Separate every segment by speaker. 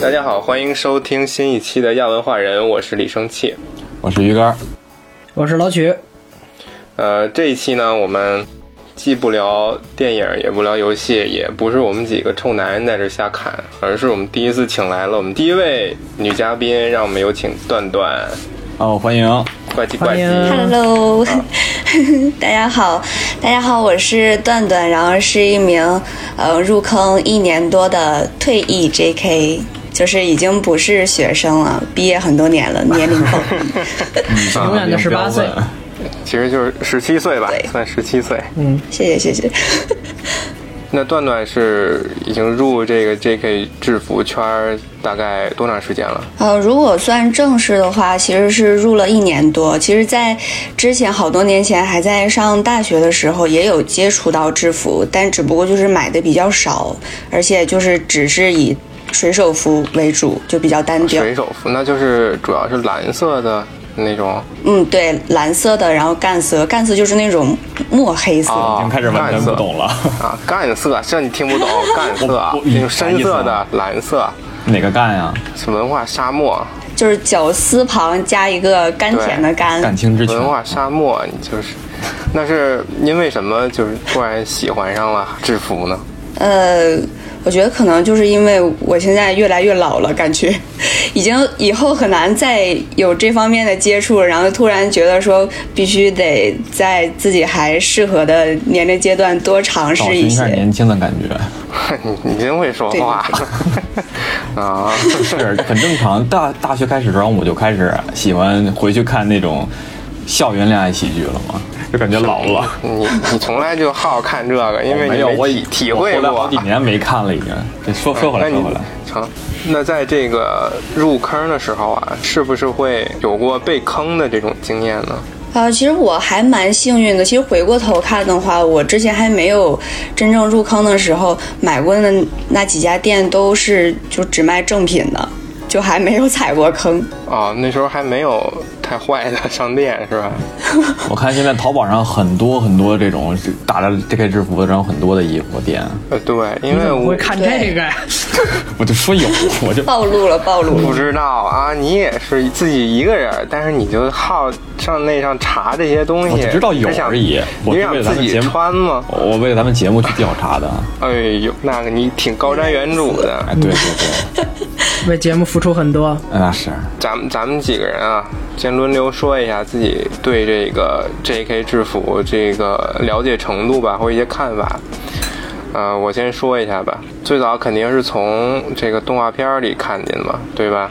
Speaker 1: 大家好，欢迎收听新一期的亚文化人，我是李生气。
Speaker 2: 我是鱼竿儿，
Speaker 3: 我是老曲，
Speaker 1: 呃，这一期呢，我们既不聊电影，也不聊游戏，也不是我们几个臭男人在这瞎侃，而是我们第一次请来了我们第一位女嘉宾，让我们有请段段，
Speaker 2: 哦，欢迎，
Speaker 1: 怪奇怪奇。
Speaker 3: 欢迎
Speaker 4: Hello，大家好，大家好，我是段段，然后是一名呃入坑一年多的退役 JK，就是已经不是学生了，毕业很多年了，年龄后。
Speaker 3: 永远的
Speaker 2: 嗯
Speaker 3: 18岁
Speaker 1: 其实就是十七岁吧
Speaker 4: 对，
Speaker 1: 算十七岁。
Speaker 4: 谢谢谢 谢，
Speaker 1: 那段段是已经入这个 JK 制服圈儿大概多长时间了？
Speaker 4: 呃，如果算正式的话，其实是入了一年多。其实，在之前好多年前还在上大学的时候，也有接触到制服，但只不过就是买的比较少，而且就是只是以水手服为主，就比较单调。
Speaker 1: 水手服，那就是主要是蓝色的那种
Speaker 4: 嗯，对，蓝色的，然后干色，干色就是那种墨黑色。
Speaker 1: 啊，
Speaker 2: 已经开始完全不懂了，
Speaker 1: 啊，干色，这你听不懂，干色啊
Speaker 2: 我，我
Speaker 1: 那种深色
Speaker 2: 啥意思
Speaker 1: 的
Speaker 2: 啊、
Speaker 1: 蓝色，
Speaker 2: 哪个干呀、啊
Speaker 1: 是文化沙漠，
Speaker 4: 就是绞丝旁加一个甘甜的甘，
Speaker 2: 感情之泉
Speaker 1: 文，化沙漠，你就是，那是因为什么？就是突然喜欢上了制服呢？
Speaker 4: 呃，我觉得可能就是因为我现在越来越老了，感觉 已经以后很难再有这方面的接触，然后突然觉得说必须得在自己还适合的年龄阶段多尝
Speaker 2: 找
Speaker 4: 试
Speaker 2: 寻
Speaker 4: 一
Speaker 2: 一下
Speaker 4: 些。
Speaker 2: 年轻的感觉，
Speaker 1: 你你真会说话啊！
Speaker 2: 是很正常。大大学开始的时候，我就开始喜欢回去看那种校园恋爱喜剧了嘛，就感觉老了。
Speaker 1: 你你从来就好看这个，因为你
Speaker 2: 没有，我
Speaker 1: 体
Speaker 2: 已
Speaker 1: 体
Speaker 2: 我
Speaker 1: 会
Speaker 2: 后来
Speaker 1: 过哎
Speaker 2: 好几。年没看了，已经。对说说回
Speaker 1: 那
Speaker 2: 来，说
Speaker 1: 你
Speaker 2: 回来，
Speaker 1: 成？那在这个入坑的时候啊，是不是会有过被坑的这种经验呢？
Speaker 4: 呃，其实我还蛮幸运的。其实回过头看的话，我之前还没有真正入坑的时候，买过的那几家店都是就只卖正品的，就还没有踩过坑。
Speaker 1: 哦，那时候还没有太坏的商店是吧？
Speaker 2: 我看现在淘宝上很多很多这种打着 JK 制服的，然后很多的衣服店，
Speaker 1: 呃，对，因为
Speaker 3: 我
Speaker 4: 哦
Speaker 1: 我
Speaker 3: 会看这个呀，
Speaker 2: 我就说有， 我就
Speaker 4: 暴露了，暴露
Speaker 1: 不
Speaker 4: 了。
Speaker 1: 知道啊，你也是自己一个人，但是你就好上那上查这些东西，
Speaker 2: 我只知道有
Speaker 1: 只想
Speaker 2: 而已我
Speaker 1: 你
Speaker 2: 是为
Speaker 1: 想
Speaker 2: 了咱
Speaker 1: 自
Speaker 2: 们
Speaker 1: 己
Speaker 2: 节目
Speaker 1: 穿吗？
Speaker 2: 我为了咱们节目去调查的。
Speaker 1: 哎呦，那个你挺高瞻远瞩的。
Speaker 2: 哎，对对对，
Speaker 3: 为节目付出很多。
Speaker 2: 那是。
Speaker 1: 咱们咱们几个人啊，先轮流说一下自己对这个 J.K. 制服这个了解程度吧，或一些看法。呃，我先说一下吧。最早肯定是从这个动画片儿里看见的嘛，对吧？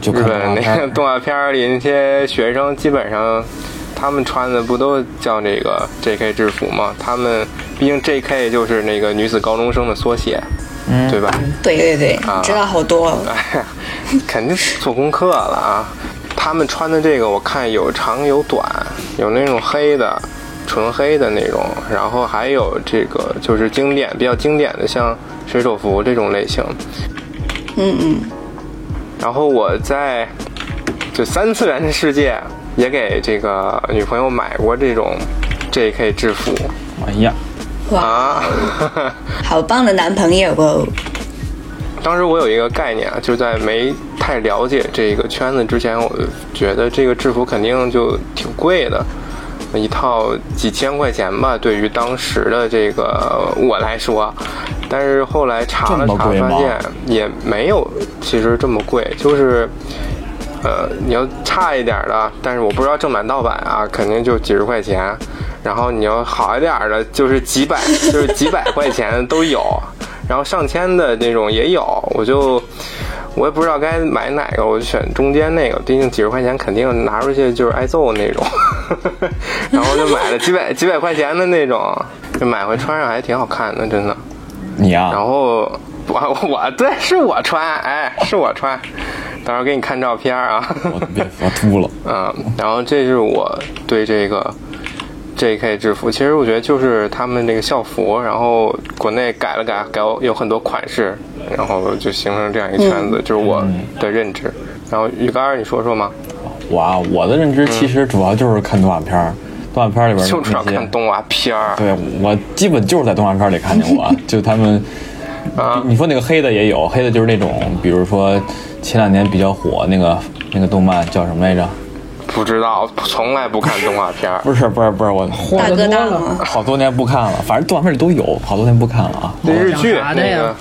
Speaker 2: 就
Speaker 1: 日
Speaker 2: 看
Speaker 1: 本
Speaker 2: 动
Speaker 1: 那
Speaker 2: 画
Speaker 1: 个
Speaker 2: 片
Speaker 1: 动画片儿里那些学生，基本上他们穿的不都叫那个 J.K. 制服吗？他们毕竟 J.K. 就是那个女子高中生的缩写，
Speaker 2: 嗯
Speaker 1: 对吧？
Speaker 4: 对对对，知道好多。
Speaker 1: 啊哎呀，肯定是做功课了啊！他们穿的这个，我看有长有短，有那种黑的，纯黑的那种，然后还有这个就是经典比较经典的，像水手服这种类型。
Speaker 4: 嗯嗯，
Speaker 1: 然后我在这三次元的世界也给这个女朋友买过这种 J.K. 制服
Speaker 2: 哎呀，
Speaker 4: 哇，
Speaker 1: 啊。
Speaker 4: 好棒的男朋友哦！
Speaker 1: 当时我有一个概念啊，就是在没太了解这个圈子之前，我觉得这个制服肯定就挺贵的，一套几千块钱吧，对于当时的这个我来说。但是后来查了
Speaker 2: 这
Speaker 1: 查，
Speaker 2: 么贵吗
Speaker 1: 发现也没有，其实这么贵，就是。呃，你要差一点的，但是我不知道正版盗版啊，肯定就几十块钱。然后你要好一点的，就是几百，就是几百块钱都有，然后上千的那种也有。我就我也不知道该买哪个，我就选中间那个，毕竟几十块钱肯定拿出去就是挨揍那种。 然后就买了几百几百块钱的那种，就买回穿上还挺好看的，真的。
Speaker 2: 你啊，
Speaker 1: 然后我我对，是我穿，哎，是我穿，到时候给你看照片啊。
Speaker 2: 我别我秃了。
Speaker 1: 嗯，然后这是我对这个 J.K. 制服，其实我觉得就是他们那个校服，然后国内改了改，改有很多款式，然后就形成这样一个圈
Speaker 3: 嗯
Speaker 1: 子，就是我
Speaker 2: 嗯
Speaker 1: 的认知。然后鱼竿儿，你说说吗？
Speaker 2: 我啊，我的认知其实主要就是看动画片儿，动画片儿里边儿
Speaker 1: 就主要
Speaker 2: 那些
Speaker 1: 看动画片儿。
Speaker 2: 对我基本就是在动画片儿里看见过，就他们
Speaker 1: 啊
Speaker 2: 你说那个黑的也有，黑的就是那种，比如说前两年比较火那个那个动漫叫什么来着？
Speaker 1: 不知道，从来不看动画片 儿。
Speaker 2: 不是不是不是，我
Speaker 4: 大哥大
Speaker 3: 了
Speaker 4: 吗？
Speaker 2: 好多年不看了，反正动画片都有，好多年不看了啊。
Speaker 1: 那日剧
Speaker 3: 讲啥的
Speaker 1: 那
Speaker 3: 呀
Speaker 1: 个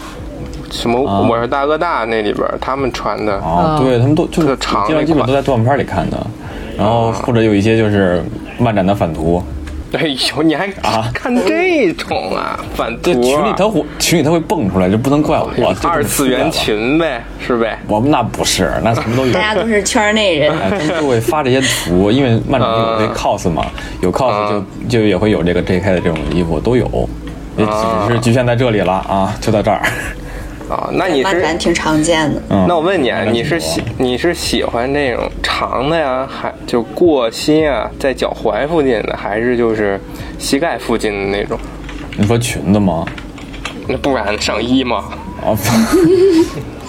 Speaker 1: 什么，
Speaker 2: 啊
Speaker 1: 我是大哥大那里边儿他们传的，
Speaker 2: 哦，
Speaker 3: 啊
Speaker 2: 对他们都就是
Speaker 1: 特长
Speaker 2: 基
Speaker 1: 那
Speaker 2: 本基
Speaker 1: 款
Speaker 2: 本
Speaker 1: 啊
Speaker 2: 都在动画片里看的，然后或者有一些就是漫展的反图，
Speaker 1: 哎呦，你还
Speaker 2: 啊
Speaker 1: 看这种啊？反图
Speaker 2: 这
Speaker 1: 啊
Speaker 2: 群里它会群里它会蹦出来，这不能怪我。这就是
Speaker 1: 哎二次元群呗，是呗？
Speaker 2: 我们那不是，那什么都有。
Speaker 4: 大家都是圈内人，
Speaker 2: 哎，他们就会发这些图，因为漫展有那 cos
Speaker 1: 啊
Speaker 2: 嘛，有 cos 就、就也会有这个 JK 的这种衣服都有，也只是局限在这里了啊，就到这儿。
Speaker 1: 啊，那你
Speaker 4: 漫
Speaker 1: 是
Speaker 4: 展挺常见的。
Speaker 2: 嗯，
Speaker 1: 那我问你啊，
Speaker 2: 漫展
Speaker 1: 你是
Speaker 2: 挺多
Speaker 1: 喜你是喜欢那种长的呀，还就过膝啊，在脚踝附近的，还是就是膝盖附近的那种？
Speaker 2: 你说裙子吗？
Speaker 1: 那不然上衣吗？
Speaker 2: 啊，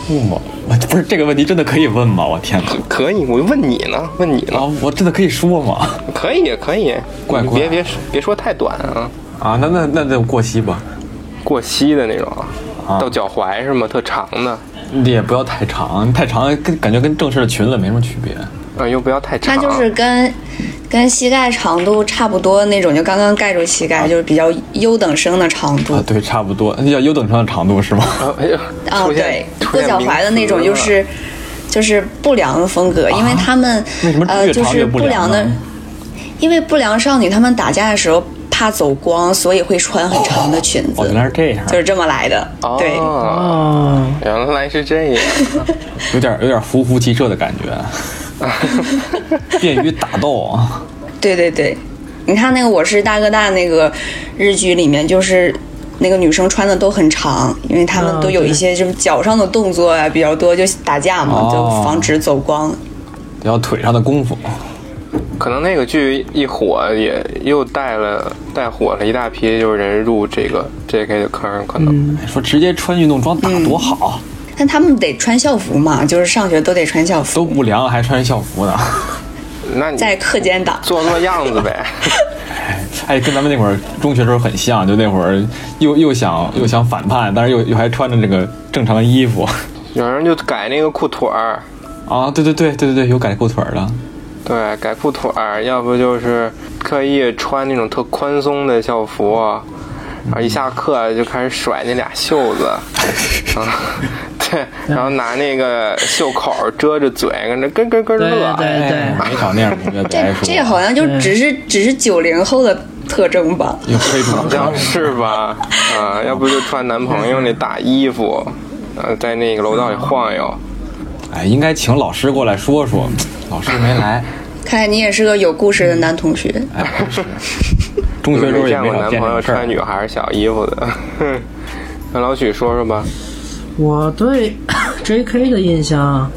Speaker 2: 问我，不是这个问题真的可以问吗？我天哪！
Speaker 1: 可以，我问你呢，问你呢，
Speaker 2: 啊，我真的可以说吗？
Speaker 1: 可以可以，
Speaker 2: 怪
Speaker 1: 你
Speaker 2: 怪
Speaker 1: 别别别说太短啊，
Speaker 2: 啊，那那那那过膝吧，
Speaker 1: 过膝的那种啊，
Speaker 2: 啊
Speaker 1: 到脚踝是吗？特长的，
Speaker 2: 也不要太长，太长跟感觉跟正式的裙子没什么区别。
Speaker 1: 啊，又不要太长，
Speaker 4: 那就是跟跟膝盖长度差不多那种，就刚刚盖住膝
Speaker 1: 啊
Speaker 4: 盖，就是比较优等生的长
Speaker 2: 啊
Speaker 4: 度，。
Speaker 2: 对，差不多，那叫优等生的长度是吗？
Speaker 1: 啊，哎呦，
Speaker 4: 啊，
Speaker 1: 出现
Speaker 4: 对，
Speaker 1: 出
Speaker 4: 过
Speaker 1: 现
Speaker 4: 脚
Speaker 1: 名
Speaker 4: 踝的那
Speaker 1: 词
Speaker 4: 种就
Speaker 1: 了
Speaker 4: 是就是不良的风格，因为他们
Speaker 2: 啊为什么
Speaker 4: 呃
Speaker 2: 越
Speaker 4: 就
Speaker 2: 长越
Speaker 4: 是
Speaker 2: 不
Speaker 4: 不
Speaker 2: 良
Speaker 4: 良
Speaker 2: 呢
Speaker 4: 的，因为不良少女她们打架的时候怕走光，所以会穿很长的裙
Speaker 2: 哦，原来是
Speaker 4: 子，
Speaker 2: 这样，
Speaker 4: 就是这么来的。对，
Speaker 1: 哦，
Speaker 3: 哦，
Speaker 1: 原来是这样，
Speaker 2: 有点有点伏虎骑射的感 觉，便于打斗啊。
Speaker 4: 对对对，你看那个《我是大哥大》那个日剧里面，就是那个女生穿的都很长，因为她们
Speaker 3: 嗯
Speaker 4: 都有
Speaker 3: 对
Speaker 4: 一些什么脚上的动作啊比较多，就打架嘛，
Speaker 2: 哦
Speaker 4: 就防止走光。
Speaker 2: 然后腿上的功夫，
Speaker 1: 可能那个剧一火，也又带了带火了一大批，就是人入这个 JK 的坑，可能、
Speaker 2: 哎说直接穿运动装打多好，啊
Speaker 4: 但她们得穿校服嘛，就是上学都得穿校服，
Speaker 2: 都不良还穿校服呢。
Speaker 1: 那你
Speaker 4: 在课间打。
Speaker 1: 做做样子呗，
Speaker 2: 哎，跟咱们那会儿中学时候很像，就那会儿又又想又想反叛，但是又又还穿着这个正常的衣服。
Speaker 1: 有人就改那个裤腿儿，
Speaker 2: 啊，对对对对对对，有改裤腿儿的。
Speaker 1: 对，改裤腿儿，要不就是刻意穿那种特宽松的校服，啊然后一下课就开始甩那俩袖子，啊，对，然后拿那个袖口遮着嘴，跟着咯咯咯
Speaker 3: 对
Speaker 1: 乐，
Speaker 3: 对对
Speaker 2: 哎，没少那样，你别别挨说。
Speaker 4: 这好像就只是只是九零后的特征吧。
Speaker 2: 又黑出
Speaker 1: 好像是吧？啊，要不就穿男朋友那大衣服，呃，在那个楼道里晃悠。
Speaker 2: 哎，应该请老师过来说说，老师没来。
Speaker 4: 看来你也是个有故事的男同学。
Speaker 2: 哎，不是中学时候也
Speaker 1: 见
Speaker 2: 没
Speaker 1: 过
Speaker 2: 少
Speaker 1: 男
Speaker 2: 见
Speaker 1: 朋
Speaker 2: 这
Speaker 1: 友
Speaker 2: 种事
Speaker 1: 穿
Speaker 2: 儿。
Speaker 1: 女孩小衣服的。 跟老许说说吧，
Speaker 3: 我对 J.K. 的印象，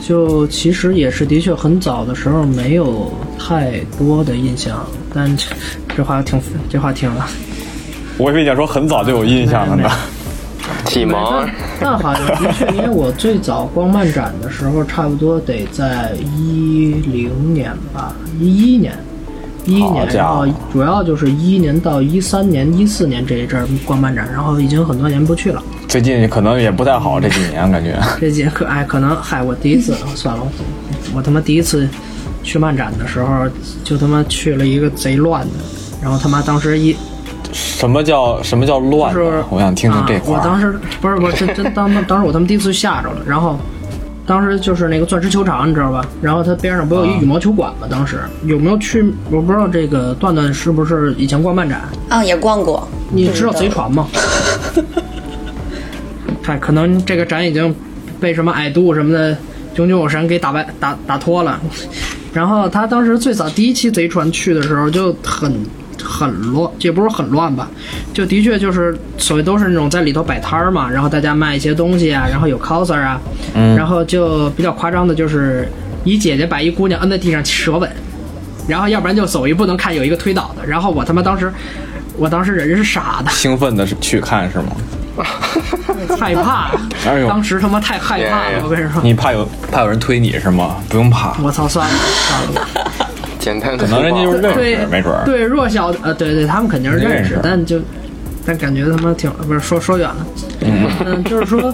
Speaker 3: 就其实也是的确很早的时候没有太多的印象，但这这话挺这话挺了，
Speaker 2: 我以为你要说很早就有印象了呢。
Speaker 1: 启蒙
Speaker 3: 但但好像的确，因为我最早逛漫展的时候，差不多得在一零年吧，一一年。一一
Speaker 2: 好
Speaker 3: 年，
Speaker 2: 家
Speaker 3: 然
Speaker 2: 伙
Speaker 3: 后主要就是一一年到一三年、一四年这一阵儿逛漫展，然后已经很多年不去了。
Speaker 2: 最近可能也不太好，这几年感觉。
Speaker 3: 这节课，哎，可能嗨，我第一次算了，我我他妈第一次去漫展的时候，就他妈去了一个贼乱的，然后他妈当时一
Speaker 2: 什么叫什么叫乱
Speaker 3: 就
Speaker 2: 呢？
Speaker 3: 是
Speaker 2: 我想听听这
Speaker 3: 啊。
Speaker 2: 块
Speaker 3: 我当
Speaker 2: 儿。
Speaker 3: 时不是不是真真当当当时我他们第一次吓着了，然后当时就是那个钻石球场，你知道吧？然后它边上不有一羽毛球馆吗？当时有没有去？我不知道这个段段是不是以前逛漫展，
Speaker 4: 啊，也逛过。
Speaker 3: 你知道贼船吗？看，可能这个展已经被什么矮度什么的炯炯有神给打败打打脱了。然后他当时最早第一期贼船去的时候就很很乱，也不是很乱吧，就的确就是所谓都是那种在里头摆摊儿嘛，然后大家卖一些东西啊，然后有 coser 啊，然后就比较夸张的就是一姐姐把一姑娘摁在地上舌吻，然后要不然就走一步能看有一个推倒的，然后我他妈当时。我当时人是傻的，
Speaker 2: 兴奋的是去看是吗？
Speaker 3: 害怕
Speaker 2: 哎，呦
Speaker 3: 当时他妈太害怕
Speaker 1: 哎呀
Speaker 3: 了，我跟你说，
Speaker 2: 你怕有怕有人推你是吗？不用怕，
Speaker 3: 我操，算了算了，
Speaker 1: 简单的
Speaker 2: 可能人家就是认识，
Speaker 3: 对，
Speaker 2: 没准儿。
Speaker 3: 对弱小的，呃，对对，他们肯定是认
Speaker 2: 认
Speaker 3: 识
Speaker 2: 识，
Speaker 3: 但就但感觉他妈挺不是说说远了，嗯，就是说，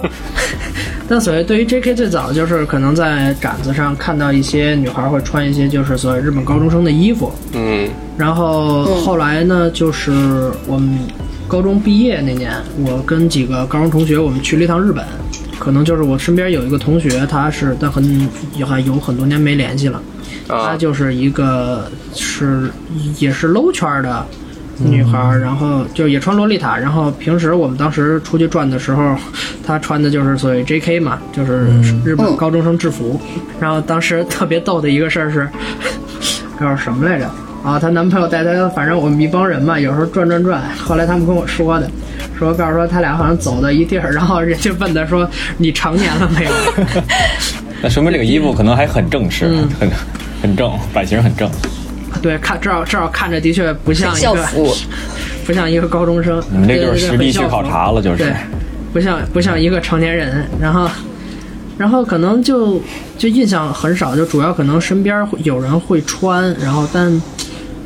Speaker 3: 但所谓对于 J.K. 最早就是可能在展子上看到一些女孩会穿一些就是所谓日本高中生的衣服，
Speaker 1: 嗯
Speaker 3: 然后后来呢，就是我们高中毕业那年，我跟几个高中同学，我们去了一趟日本。可能就是我身边有一个同学，他是但很有还有很多年没联系了。她
Speaker 1: 啊
Speaker 3: 就是一个是也是 low 圈儿的女孩儿，然后就也穿洛丽塔，然后平时我们当时出去转的时候，她穿的就是所谓 J.K. 嘛，就是日本高中生制服。然后当时特别逗的一个事儿是，叫什么来着？啊，她男朋友带她，反正我们一帮人嘛，有时候转转转。后来他们跟我说的，说告诉说他俩好像走到一地儿，然后人家问他说：“你成年了没有？”
Speaker 2: 那说明这个衣服可能还很正式，
Speaker 3: 嗯
Speaker 2: 很很正，版型很正。
Speaker 3: 对，看至少至少看着的确不像一
Speaker 4: 校
Speaker 3: 个
Speaker 4: 服，
Speaker 3: 不像一个高中生。
Speaker 2: 你们这就是实地去
Speaker 3: 对对对很校服
Speaker 2: 考察了就是
Speaker 3: 对，不像不像一个成年人。然后，然后可能就就印象很少，就主要可能身边会有人会穿，然后但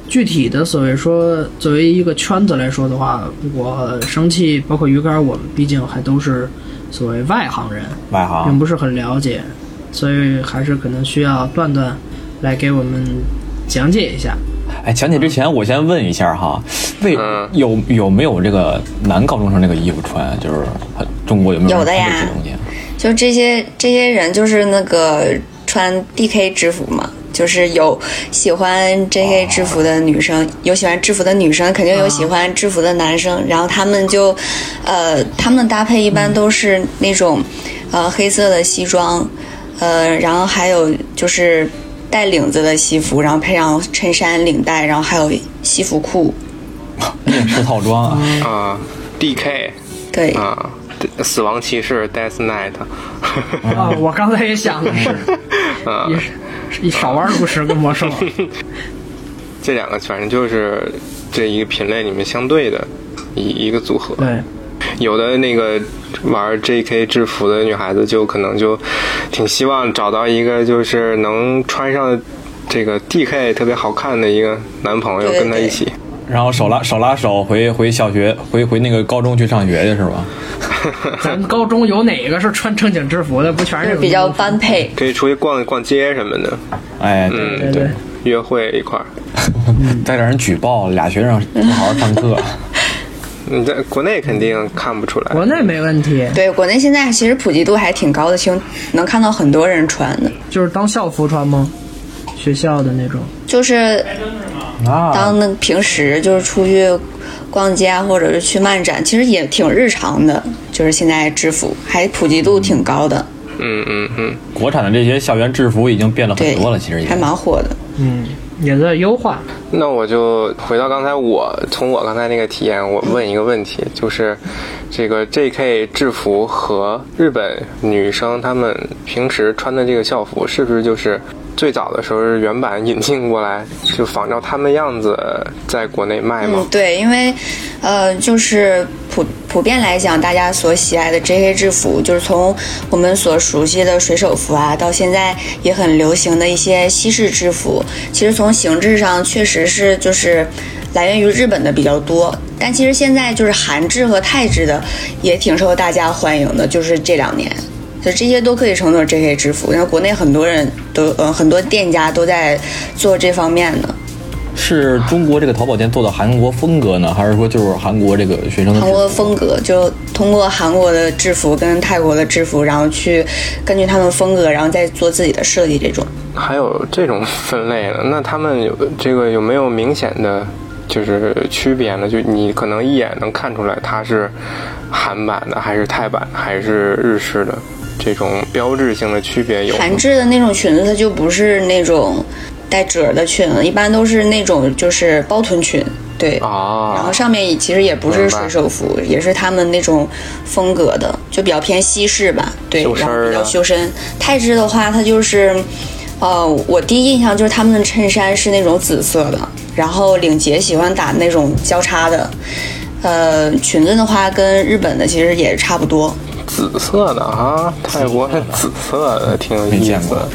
Speaker 3: 具体的所谓说作为一个圈子来说的话，我生气包括鱼竿，我们毕竟还都是所谓外行人，
Speaker 2: 外行
Speaker 3: 并不是很了解，所以还是可能需要段段来给我们讲解一下。
Speaker 2: 哎，讲解之前我先问一下哈，为
Speaker 1: 嗯
Speaker 2: 有有没有这个男高中生这个衣服穿？就是很中国有没有
Speaker 4: 有的
Speaker 2: 人
Speaker 4: 呀
Speaker 2: 穿这些东西？
Speaker 4: 就这些这些人就是那个穿 DK 制服嘛，就是有喜欢 JK 制服的女生，有喜欢制服的女生，肯定有喜欢制服的男生。然后他们就，呃，他们的搭配一般都是那种，呃，黑色的西装，呃，然后还有就是带领子的西服，然后配上衬衫、领带，然后还有西服裤。
Speaker 2: 也是套装
Speaker 3: 嗯
Speaker 2: 啊，
Speaker 1: 啊，DK
Speaker 4: 对，
Speaker 1: 啊，死亡骑士 Death Knight，
Speaker 3: 啊，我刚才也想的是，
Speaker 4: 啊
Speaker 3: 也是你少玩炉石跟魔 兽，
Speaker 1: 这两个反正就是这一个品类里面相对的一一个组合。
Speaker 3: 对，
Speaker 1: 有的那个玩 J.K. 制服的女孩子，就可能就挺希望找到一个就是能穿上这个 D.K. 特别好看的一个男朋友，
Speaker 4: 对
Speaker 1: 跟她一起。
Speaker 2: 然后手拉手拉手回回小学回回那个高中去上学去是吧？
Speaker 3: 咱高中有哪个是穿正经制服的？不全
Speaker 4: 就是是比较般配。
Speaker 1: 可以出去逛逛街什么的，
Speaker 2: 哎，对
Speaker 3: 对对，
Speaker 1: 约会一块儿。
Speaker 2: 再让人举报俩学生不好好上课，
Speaker 1: 你在国内肯定看不出来，
Speaker 3: 国内没问题，
Speaker 4: 对，国内现在其实普及度还挺高的，其实能看到很多人穿的。
Speaker 3: 就是当校服穿吗？学校的那种，
Speaker 4: 就是
Speaker 2: 那 啊
Speaker 4: 当那平时就是出去逛街啊，或者是去漫展，其实也挺日常的。就是现在制服还普及度挺高的，
Speaker 1: 嗯嗯嗯，
Speaker 2: 国产的这些校园制服已经变了
Speaker 4: 对
Speaker 2: 很啊多了，其实也
Speaker 4: 还蛮火的。
Speaker 3: 嗯，也在优化。
Speaker 1: 那我就回到刚才我从我刚才那个体验，我问一个问题，就是这个 J.K. 制服和日本女生她们平时穿的这个校服，是不是就是最早的时候是原版引进过来，就仿照他们样子在国内卖吗
Speaker 4: 嗯？，对，因为呃，就是普普遍来讲，大家所喜爱的 J.K. 制服，就是从我们所熟悉的水手服啊，到现在也很流行的一些西式制服，其实从形制上确实是就是来源于日本的比较多。但其实现在就是韩制和泰制的也挺受大家欢迎的，就是这两年。就这些都可以称作 J.K. 制服，然后国内很多人都呃很多店家都在做这方面的。
Speaker 2: 是中国这个淘宝店做的韩国风格呢，还是说就是韩国这个学生的制
Speaker 4: 韩
Speaker 2: 服
Speaker 4: 国风格，就通过韩国的制服跟泰国的制服，然后去根据他们风格，然后再做自己的设计这种。
Speaker 1: 还有这种分类呢？那他们有这个有没有明显的就是区别呢？就你可能一眼能看出来它是韩版的，还是泰版的，还是日式的，这种标志性的区别有吗？
Speaker 4: 韩制的那种裙子，它就不是那种带褶的裙，一般都是那种就是包臀裙，对。然
Speaker 1: 啊
Speaker 4: 后，上面其实也不是
Speaker 1: 明白
Speaker 4: 水手服，也是他们那种风格的，就比较偏西式吧，对，
Speaker 1: 修身啊
Speaker 4: 然
Speaker 1: 儿
Speaker 4: 后比较
Speaker 1: 的
Speaker 4: 修身。泰制的话，它就是，呃，我第一印象就是他们的衬衫是那种紫色的，然后领结喜欢打那种交叉的，呃，裙子的话跟日本的其实也差不多，
Speaker 1: 紫色的啊，泰国是紫色的，挺有
Speaker 2: 没
Speaker 1: 意
Speaker 2: 见
Speaker 1: 思
Speaker 2: 过
Speaker 1: 的。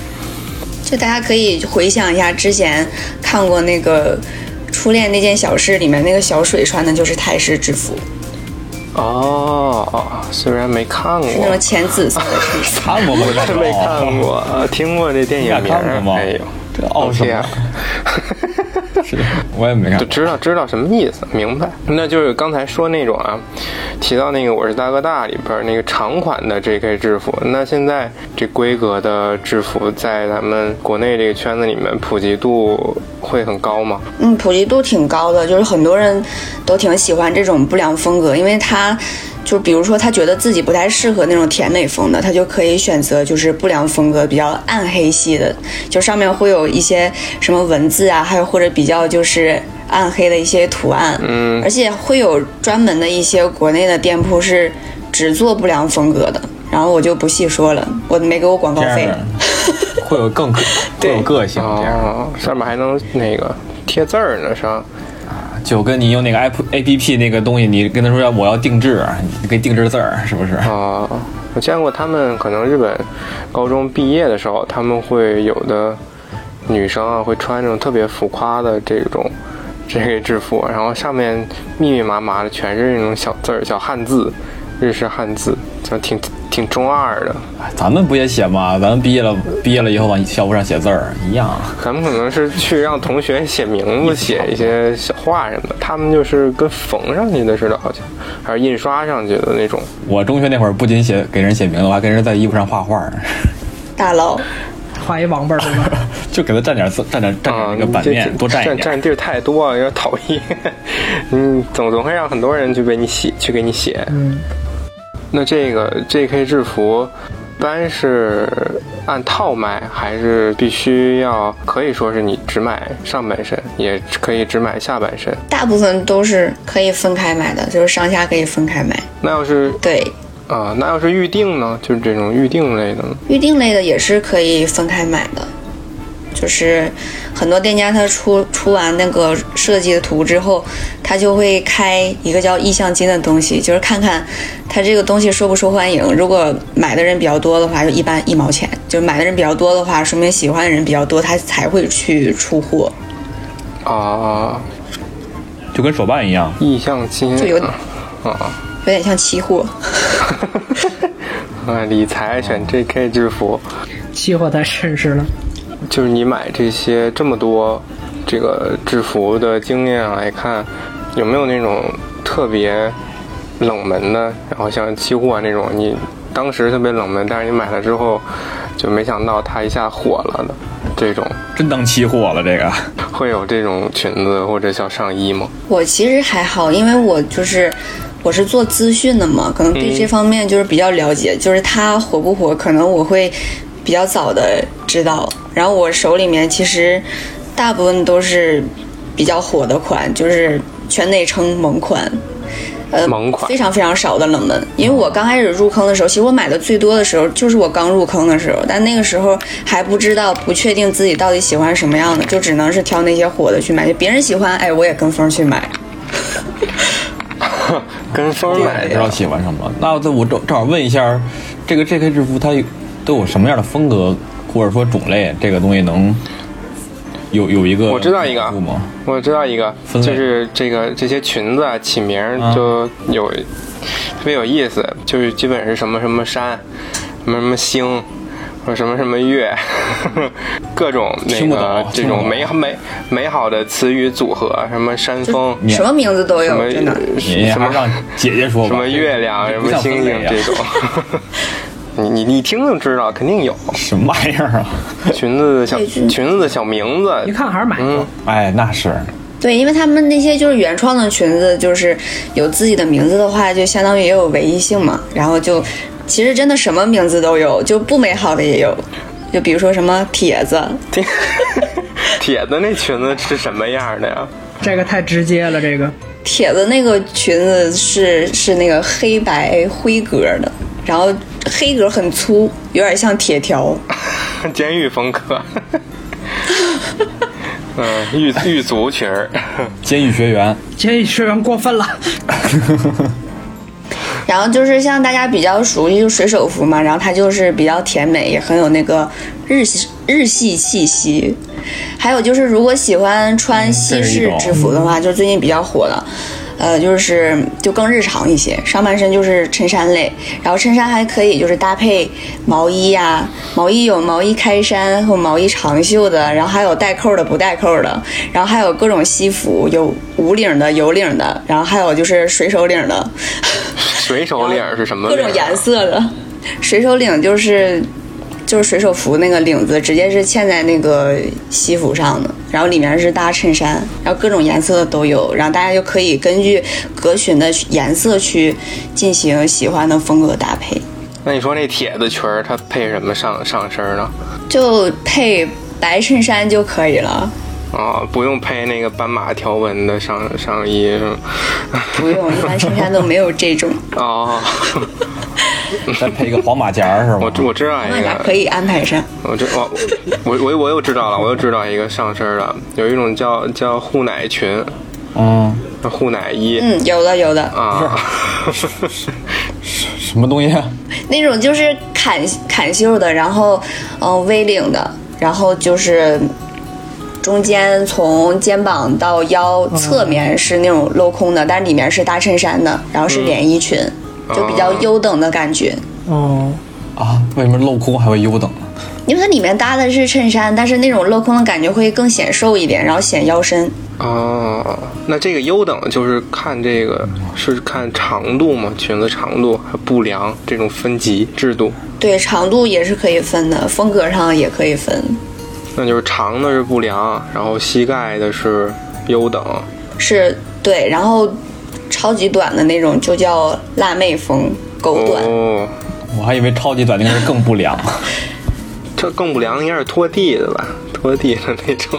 Speaker 4: 就大家可以回想一下之前看过那个《初恋那件小事》里面那个小水穿的就是泰式制服，
Speaker 1: 哦哦，虽然没看过，
Speaker 4: 是那种浅紫色的是吗？
Speaker 2: 看过吗？
Speaker 1: 真没
Speaker 2: 哦
Speaker 1: 看过，啊听过这电影
Speaker 2: 你
Speaker 1: 名
Speaker 2: 俩看过
Speaker 1: 儿，哎
Speaker 2: 吗
Speaker 1: 没有，
Speaker 2: 这傲什么
Speaker 1: 天啊
Speaker 2: 是，我也没看
Speaker 1: 就
Speaker 2: 过。
Speaker 1: 知道知道什么意思，明白。那就是刚才说那种啊，提到那个《我是大哥大》里边那个长款的 JK 制服，那现在这规格的制服在咱们国内这个圈子里面普及度会很高吗？
Speaker 4: 嗯，普及度挺高的，就是很多人都挺喜欢这种不良风格，因为他就比如说他觉得自己不太适合那种甜美风的，他就可以选择就是不良风格比较暗黑系的，就上面会有一些什么文字啊，还有或者比较就是暗黑的一些图案，嗯，而且会有专门的一些国内的店铺是只做不良风格的，然后我就不细说了，我没给我广告
Speaker 2: 这样
Speaker 4: 费。
Speaker 2: 的会有更会有个性，这样
Speaker 1: 哦，上面还能那个贴字儿呢，上。
Speaker 2: 就跟你用那个 app A P P 那个东西，你跟他说要我要定制，你给定制字儿，是不是？
Speaker 1: 啊，我见过他们，可能日本高中毕业的时候，他们会有的女生啊，会穿那种特别浮夸的这种 这个制服，然后上面密密麻麻的全是那种小字儿、小汉字，日式汉字，就挺挺中二的。
Speaker 2: 哎咱们不也写吗？咱们毕业了，毕业了以后往校服上写字儿一样。啊
Speaker 1: 咱们可能是去让同学写名字、写一些小话什么的，他们就是跟缝上去的似的，好像还是印刷上去的那种。
Speaker 2: 我中学那会儿不仅写给人写名字，我还跟人在衣服上画画儿，
Speaker 4: 大佬，
Speaker 3: 画一王八儿是吧？
Speaker 2: 就给他占点字，占点占点
Speaker 1: 啊，
Speaker 2: 那个版面，多占
Speaker 1: 占
Speaker 2: 一点。
Speaker 1: 占地儿太多啊了，有点讨厌。 嗯，总总会让很多人去给你写，去给你写。
Speaker 3: 嗯，
Speaker 1: 那这个 J.K. 制服，一般是按套卖，还是必须要可以说是你只买上半身，也可以只买下半身？
Speaker 4: 大部分都是可以分开买的，就是上下可以分开买。
Speaker 1: 那要是
Speaker 4: 对，
Speaker 1: 啊、那要是预定呢？就是这种预定类的呢？
Speaker 4: 预定类的也是可以分开买的，就是很多店家他出出完那个设计的图之后，他就会开一个叫意向金的东西，就是看看他这个东西受不受欢迎。如果买的人比较多的话，就一般一毛钱；就是买的人比较多的话，说明喜欢的人比较多，他才会去出货。
Speaker 1: 啊，
Speaker 2: 就跟手办一样，
Speaker 1: 意向金
Speaker 4: 就有
Speaker 1: 啊啊
Speaker 4: 有点像期货，
Speaker 1: 啊！理财选 J.K. 制服。
Speaker 3: 期货太绅士了。
Speaker 1: 就是你买这些这么多这个制服的经验来看，有没有那种特别冷门的？然后像期货那种，你当时特别冷门，但是你买了之后就没想到它一下火了的这种，
Speaker 2: 真当期货了这个。
Speaker 1: 会有这种裙子或者小上衣吗？
Speaker 4: 我其实还好，因为我就是我是做资讯的嘛，可能对这方面就是比较了解，就是它火不火，可能我会比较早的知道。然后我手里面其实大部分都是比较火的款，就是全内称萌款。呃，
Speaker 1: 萌款
Speaker 4: 非常非常少的冷门，因为我刚开始入坑的时候，其实我买的最多的时候就是我刚入坑的时候，但那个时候还不知道，不确定自己到底喜欢什么样的，就只能是挑那些火的去买，就别人喜欢，哎，我也跟风去买。
Speaker 1: 跟风买
Speaker 2: 不知道
Speaker 1: 的，
Speaker 2: 喜欢什么。那这我正正好问一下，这个 JK 制服它有都有什么样的风格或者说种类？这个东西能有有一个
Speaker 1: 我知道一个啊
Speaker 2: 描述吗？
Speaker 1: 我知道一个，
Speaker 2: 分类
Speaker 1: 就是这个这些裙子啊起名儿
Speaker 2: 啊
Speaker 1: 就有、特别有意思，就是基本是什么什么山，什么什么星，或者什么什么月， 各种那
Speaker 2: 听不
Speaker 1: 个
Speaker 2: 懂
Speaker 1: 这
Speaker 2: 听不
Speaker 1: 种
Speaker 2: 懂
Speaker 1: 美美美好的词语组合，什么山峰，
Speaker 4: 什么名字都
Speaker 1: 什么
Speaker 4: 有，哎真的。
Speaker 2: 你
Speaker 1: 什
Speaker 2: 还
Speaker 1: 么
Speaker 2: 是让姐姐说吧。
Speaker 1: 什么月亮，什
Speaker 2: 这
Speaker 1: 么
Speaker 2: 不像
Speaker 1: 星
Speaker 2: 分类
Speaker 1: 星
Speaker 2: 啊
Speaker 1: 这种。 你你你听就知道，肯定有
Speaker 2: 什么玩意儿啊？
Speaker 1: 裙子的小
Speaker 4: 对就是
Speaker 1: 裙子的小名
Speaker 3: 一
Speaker 1: 字，
Speaker 3: 看还是买过，
Speaker 2: 哎，那是
Speaker 4: 对，因为他们那些就是原创的裙子，就是有自己的名字的话，就相当于也有唯一性嘛。然后就其实真的什么名字都有，就不美好的也有，就比如说什么铁子，
Speaker 1: 铁铁的那裙子是什么样的呀？
Speaker 3: 这个太直接了，这个
Speaker 4: 铁子那个裙子是是那个黑白灰格的，然后黑格很粗，有点像铁条。
Speaker 1: 监狱风格。嗯，狱狱卒群儿，
Speaker 2: 监狱学员，
Speaker 3: 监狱学员过分了。
Speaker 4: 然后就是像大家比较熟悉，就水手服嘛，然后它就是比较甜美，也很有那个日系日系气息。还有就是，如果喜欢穿西式制服的话，就是最近比较火的，呃，就是就更日常一些。上半身就是衬衫类，然后衬衫还可以就是搭配毛衣呀、毛衣有毛衣开衫和毛衣长袖的，然后还有带扣的、不带扣的，然后还有各种西服，有无领的、有领的，然后还有就是水手领的，
Speaker 1: 水手领儿是什么
Speaker 4: 各
Speaker 1: 领儿啊？
Speaker 4: 种颜色的。水手领就是就是水手服那个领子，直接是嵌在那个西服上的，然后里面是搭衬衫，然后各种颜色的都有，然后大家就可以根据格裙的颜色去进行喜欢的风格搭配，
Speaker 1: 那你说那铁子裙儿它配什么上上身儿呢？
Speaker 4: 就配白衬衫就可以了，
Speaker 1: 啊，不用配那个斑马条纹的上上衣是吗？
Speaker 4: 不用，一般衬衫都没有这种，
Speaker 1: 哦，
Speaker 2: 再配一个黄马甲儿是
Speaker 1: 我知
Speaker 2: 吗？
Speaker 1: 我知道
Speaker 4: 那
Speaker 1: 一
Speaker 4: 俩
Speaker 1: 个，
Speaker 4: 可以安排上。
Speaker 1: 我知我我我我又知道了，我又知道一个上身儿了，有一种叫叫护奶裙，
Speaker 2: 嗯，
Speaker 1: 护奶衣、
Speaker 4: 嗯，有的有的，
Speaker 1: 啊，
Speaker 2: 什么东西？
Speaker 4: 那种就是砍砍袖的，然后嗯、呃 V 领的，然后就是中间从肩膀到腰侧面是那种镂空的，但是里面是搭衬衫的，然后是连衣裙，就比较优等的感觉。
Speaker 3: 哦，
Speaker 2: 啊，为什么镂空还会优等呢？
Speaker 4: 因为它里面搭的是衬衫，但是那种镂空的感觉会更显瘦一点，然后显腰身。
Speaker 1: 哦，那这个优等就是看这个是看长度吗？裙子长度、还有布量这种分级制度，
Speaker 4: 对，长度也是可以分的，风格上也可以分。
Speaker 1: 那就是长的是布量，然后膝盖的是优等，
Speaker 4: 是对，然后超级短的那种就叫辣妹风，狗短。
Speaker 1: 哦，
Speaker 2: 我还以为超级短那个是更不良，
Speaker 1: 这更不良应该是拖地的吧？拖地的那种。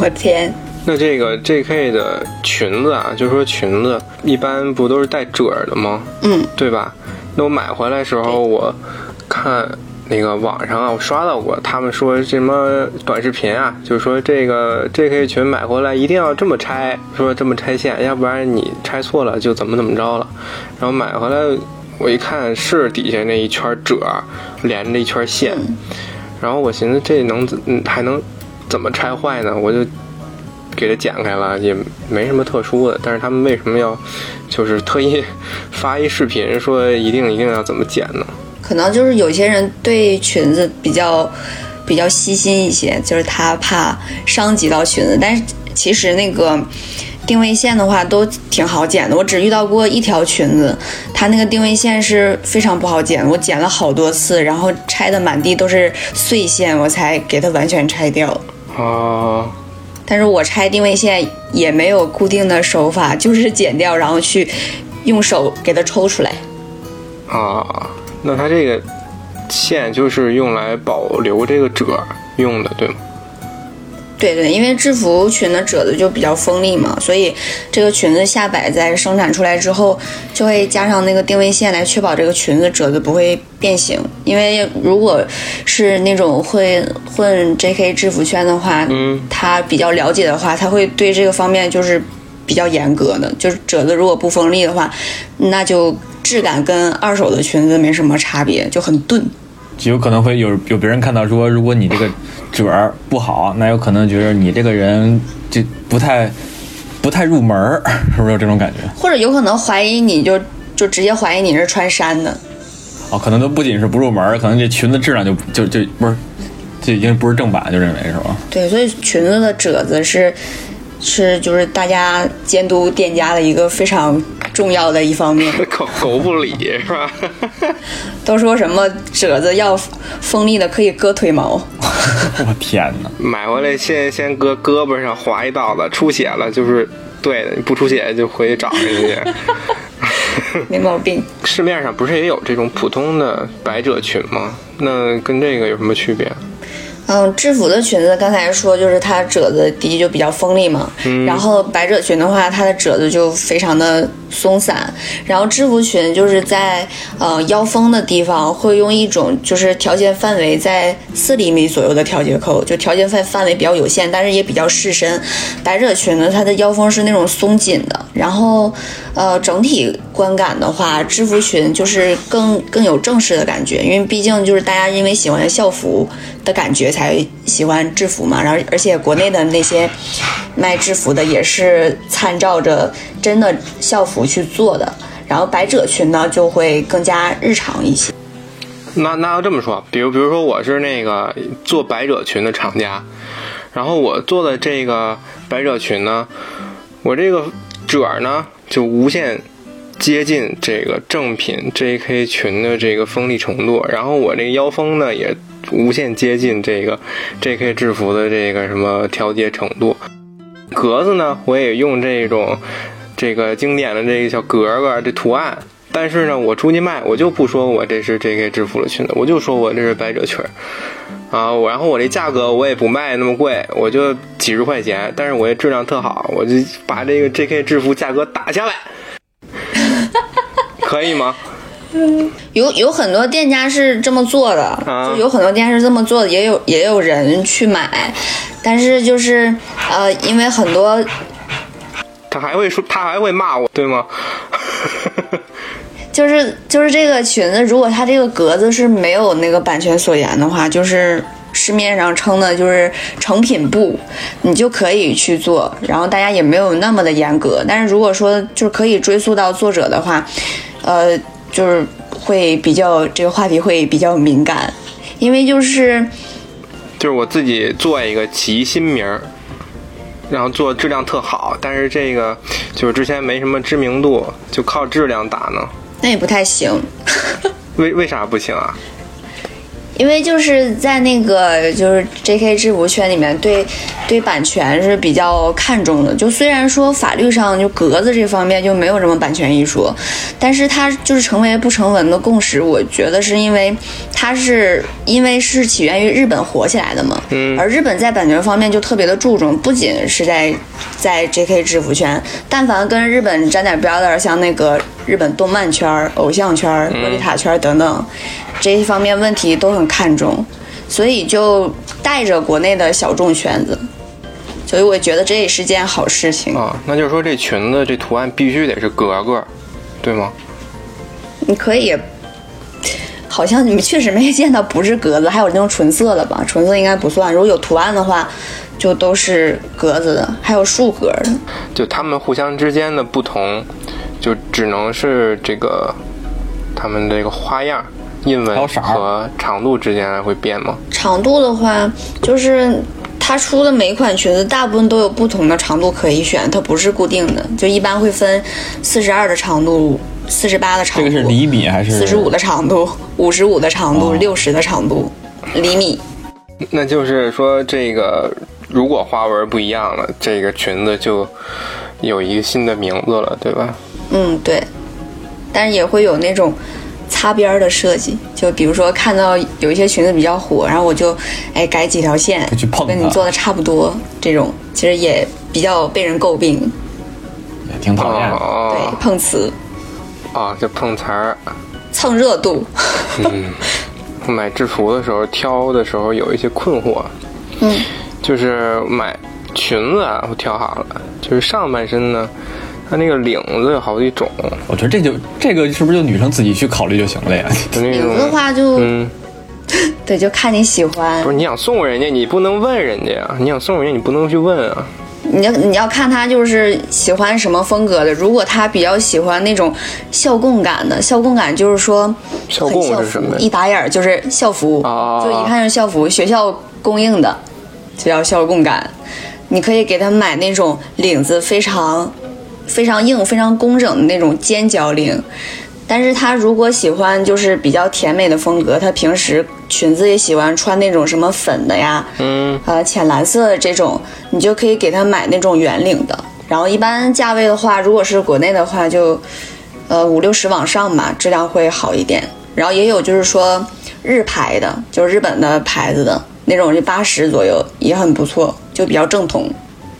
Speaker 4: 我天，
Speaker 1: 那这个 J.K. 的裙子啊，就说裙子一般不都是带褶儿的吗？
Speaker 4: 嗯，
Speaker 1: 对吧？那我买回来时候，我看那个网上啊，我刷到过，他们说什么短视频啊，就是说这个 J.K. 裙买回来一定要这么拆，说这么拆线，要不然你拆错了就怎么怎么着了。然后买回来我一看是底下那一圈褶儿连着一圈线，然后我寻思这能怎嗯还能怎么拆坏呢？我就给它剪开了，也没什么特殊的。但是他们为什么要就是特意发一视频说一定一定要怎么剪呢？
Speaker 4: 可能就是有些人对裙子比较比较细心一些，就是他怕伤及到裙子，但是其实那个。定位线的话都挺好剪的，我只遇到过一条裙子，它那个定位线是非常不好剪的，我剪了好多次，然后拆的满地都是碎线，我才给它完全拆掉。
Speaker 1: 哦，
Speaker 4: 但是我拆定位线也没有固定的手法，就是剪掉，然后去用手给它抽出来。
Speaker 1: 啊，那它这个线就是用来保留这个褶儿用的，对吗？
Speaker 4: 对对，因为制服裙的褶子就比较锋利嘛，所以这个裙子下摆在生产出来之后，就会加上那个定位线来确保这个裙子褶子不会变形。因为如果是那种会混 JK 制服圈的话，
Speaker 1: 嗯，
Speaker 4: 他比较了解的话，他会对这个方面就是比较严格的，就是褶子如果不锋利的话，那就质感跟二手的裙子没什么差别，就很钝。
Speaker 2: 就有可能会有有别人看到说，如果你这个褶儿不好，那有可能觉得你这个人就不太不太入门儿，是不是有这种感觉？
Speaker 4: 或者有可能怀疑你就就直接怀疑你是穿衫的。
Speaker 2: 哦，可能都不仅是不入门儿，可能这裙子质量就就就不是，就已经不是正版，就认为是吧？
Speaker 4: 对，所以裙子的褶子是是就是大家监督店家的一个非常重要的一方面。
Speaker 1: 狗狗不理是吧？
Speaker 4: 都说什么褶子要锋利的可以割腿毛，
Speaker 2: 我天哪！
Speaker 1: 买回来先先搁胳膊上划一道子，出血了就是对的，你不出血就回去找人家 去。
Speaker 4: 没毛病。
Speaker 1: 市面上不是也有这种普通的百褶裙吗？那跟这个有什么区别？
Speaker 4: 嗯，制服的裙子刚才说就是它褶子第一就比较锋利嘛，然后百褶裙的话，它的褶子就非常的松散，然后制服裙就是在呃腰封的地方会用一种就是调节范围在四厘米左右的调节扣，就调节范范围比较有限，但是也比较适身。百褶裙呢，它的腰封是那种松紧的，然后呃整体观感的话，制服裙就是更更有正式的感觉，因为毕竟就是大家因为喜欢校服的感觉才。才喜欢制服嘛。然后，而且国内的那些卖制服的也是参照着真的校服去做的。然后百褶裙呢就会更加日常一些。
Speaker 1: 那那要这么说，比如比如说我是那个做百褶裙的厂家，然后我做的这个百褶裙呢，我这个褶儿呢就无限接近这个正品 JK 裙的这个风力程度，然后我这腰封呢也无限接近这个 JK 制服的这个什么调节程度，格子呢我也用这种。这个经典的这个小格格这图案，但是呢，我出去卖，我就不说我这是 JK 制服的裙子，我就说我这是百褶裙儿啊。我然后我这价格我也不卖那么贵，我就几十块钱，但是我这质量特好，我就把这个 JK 制服价格打下来，可以吗？
Speaker 4: 有有很多店家是这么做的，
Speaker 1: 啊
Speaker 4: 就有很多店家是这么做的，也有也有人去买，但是就是呃，因为很多
Speaker 1: 他还会说，他还会骂我，对吗？
Speaker 4: 就是就是这个裙子，如果它这个格子是没有那个版权所言的话，就是市面上称的就是成品布，你就可以去做，然后大家也没有那么的严格。但是如果说就是可以追溯到作者的话，呃，就是会比较这个话题会比较敏感，因为就是
Speaker 1: 就是我自己做一个起新名儿，然后做质量特好，但是这个就是之前没什么知名度，就靠质量打呢。
Speaker 4: 那也不太行。
Speaker 1: 为为啥不行啊？
Speaker 4: 因为就是在那个就是 J.K. 制服圈里面对，对版权是比较看重的。就虽然说法律上就格子这方面就没有什么版权一说，但是它就是成为不成文的共识。我觉得是因为它是因为是起源于日本火起来的嘛，
Speaker 1: 嗯
Speaker 4: 而日本在版权方面就特别的注重，不仅是在在 J.K. 制服圈，但凡跟日本沾点边儿的，像那个日本动漫圈儿、偶像圈儿、洛丽塔圈儿等等，这一方面问题都很看重，所以就带着国内的小众圈子，所以我觉得这也是件好事情。
Speaker 2: 嗯
Speaker 1: 啊，那就是说这裙子这图案必须得是格格，对吗？
Speaker 4: 你可以，好像你们确实没见到不是格子，还有那种纯色的吧？纯色应该不算，如果有图案的话，就都是格子的，还有竖格的。
Speaker 1: 就他们互相之间的不同，就只能是这个他们这个花样、印
Speaker 2: 还有
Speaker 1: 纹
Speaker 2: 色儿
Speaker 1: 和长度之间会变吗？
Speaker 4: 长度的话，就是它出的每一款裙子大部分都有不同的长度可以选，它不是固定的，就一般会分四十二的长度、四十八的长
Speaker 2: 这
Speaker 4: 度、
Speaker 2: 个是厘米还是
Speaker 4: 四十五的长度、五十五的长度、
Speaker 2: 嗯哦
Speaker 4: 六十的长度，厘米。
Speaker 1: 那就是说这个如果花纹不一样了，这个裙子就有一个新的名字了，对吧？
Speaker 4: 嗯，对，但是也会有那种擦边儿的设计，就比如说看到有一些裙子比较火，然后我就哎改几条线
Speaker 2: 就去碰，
Speaker 4: 跟你
Speaker 2: 它
Speaker 4: 做的差不多，这种其实也比较被人诟病，
Speaker 2: 也挺讨厌的。
Speaker 1: 哦
Speaker 4: 对，碰瓷
Speaker 1: 哦哦，就碰瓷儿。
Speaker 4: 蹭热度，
Speaker 2: 嗯
Speaker 1: 买制服的时候挑的时候有一些困惑，
Speaker 4: 嗯，
Speaker 1: 就是买裙子啊，我挑好了，就是上半身呢，它那个领子有好几种，
Speaker 2: 我觉得这就这个是不是就女生自己去考虑就行了呀？
Speaker 1: 就那
Speaker 4: 领
Speaker 1: 种
Speaker 4: 子的话就、
Speaker 1: 嗯，
Speaker 4: 对，就看你喜欢
Speaker 1: 不是，你想送人家，你不能问人家啊呀，你想送人家，你不能去问啊，
Speaker 4: 你要你要看他就是喜欢什么风格的。如果他比较喜欢那种校供感的，校供感就是说
Speaker 1: 校
Speaker 4: 很
Speaker 1: 供
Speaker 4: 校
Speaker 1: 是什么
Speaker 4: 服
Speaker 1: 呀
Speaker 4: 一打眼儿就是校服，
Speaker 1: 哦
Speaker 4: 就一看就是校服，学校供应的，就叫校供感。你可以给他买那种领子非常非常硬、非常工整的那种尖角领。但是他如果喜欢就是比较甜美的风格，他平时裙子也喜欢穿那种什么粉的呀，
Speaker 1: 嗯，
Speaker 4: 呃浅蓝色的这种，你就可以给他买那种圆领的。然后一般价位的话，如果是国内的话就，呃五六十往上吧，质量会好一点。然后也有就是说日牌的，就是日本的牌子的那种，就八十左右也很不错，就比较正统。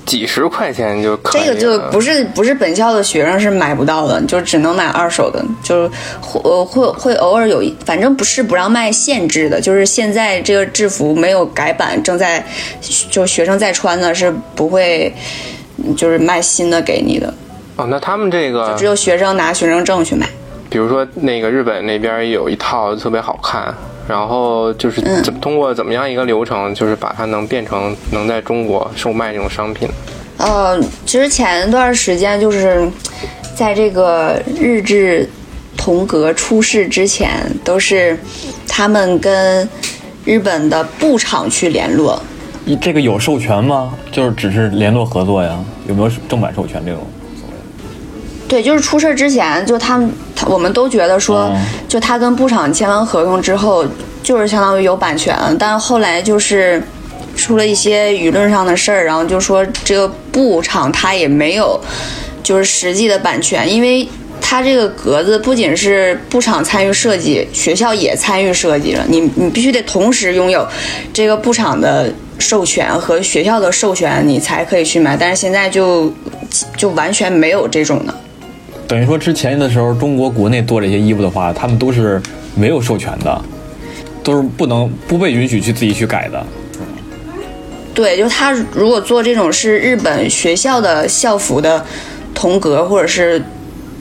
Speaker 1: 几十块钱就可以啊
Speaker 4: 这
Speaker 1: 了，
Speaker 4: 个就不是不是本校的学生是买不到的，就只能买二手的，就是会呃会会偶尔有一，反正不是不让卖限制的，就是现在这个制服没有改版，正在就学生在穿的是不会。嗯就是卖新的给你的，
Speaker 1: 哦，那他们这个
Speaker 4: 只有学生拿学生证去买。
Speaker 1: 比如说那个日本那边有一套特别好看，然后就是
Speaker 4: 嗯
Speaker 1: 怎通过怎么样一个流程，就是把它能变成能在中国售卖这种商品。
Speaker 4: 呃，其实前段时间就是在这个日志同格出事之前，都是他们跟日本的布厂去联络。
Speaker 2: 一这个有授权吗？就是只是联络合作呀？有没有正版授权这种？
Speaker 4: 对，就是出事之前，就他们他我们都觉得说，
Speaker 2: 嗯
Speaker 4: 就他跟布厂签完合同之后，就是相当于有版权，但后来就是出了一些舆论上的事儿，然后就说这个布厂它也没有就是实际的版权，因为。它这个格子不仅是布厂参与设计，学校也参与设计了。你你必须得同时拥有这个布厂的授权和学校的授权，你才可以去买。但是现在就就完全没有这种的。
Speaker 2: 等于说之前的时候，中国国内做这些衣服的话，他们都是没有授权的，都是不能不被允许去自己去改的。
Speaker 4: 对，就他如果做这种是日本学校的校服的同格，或者是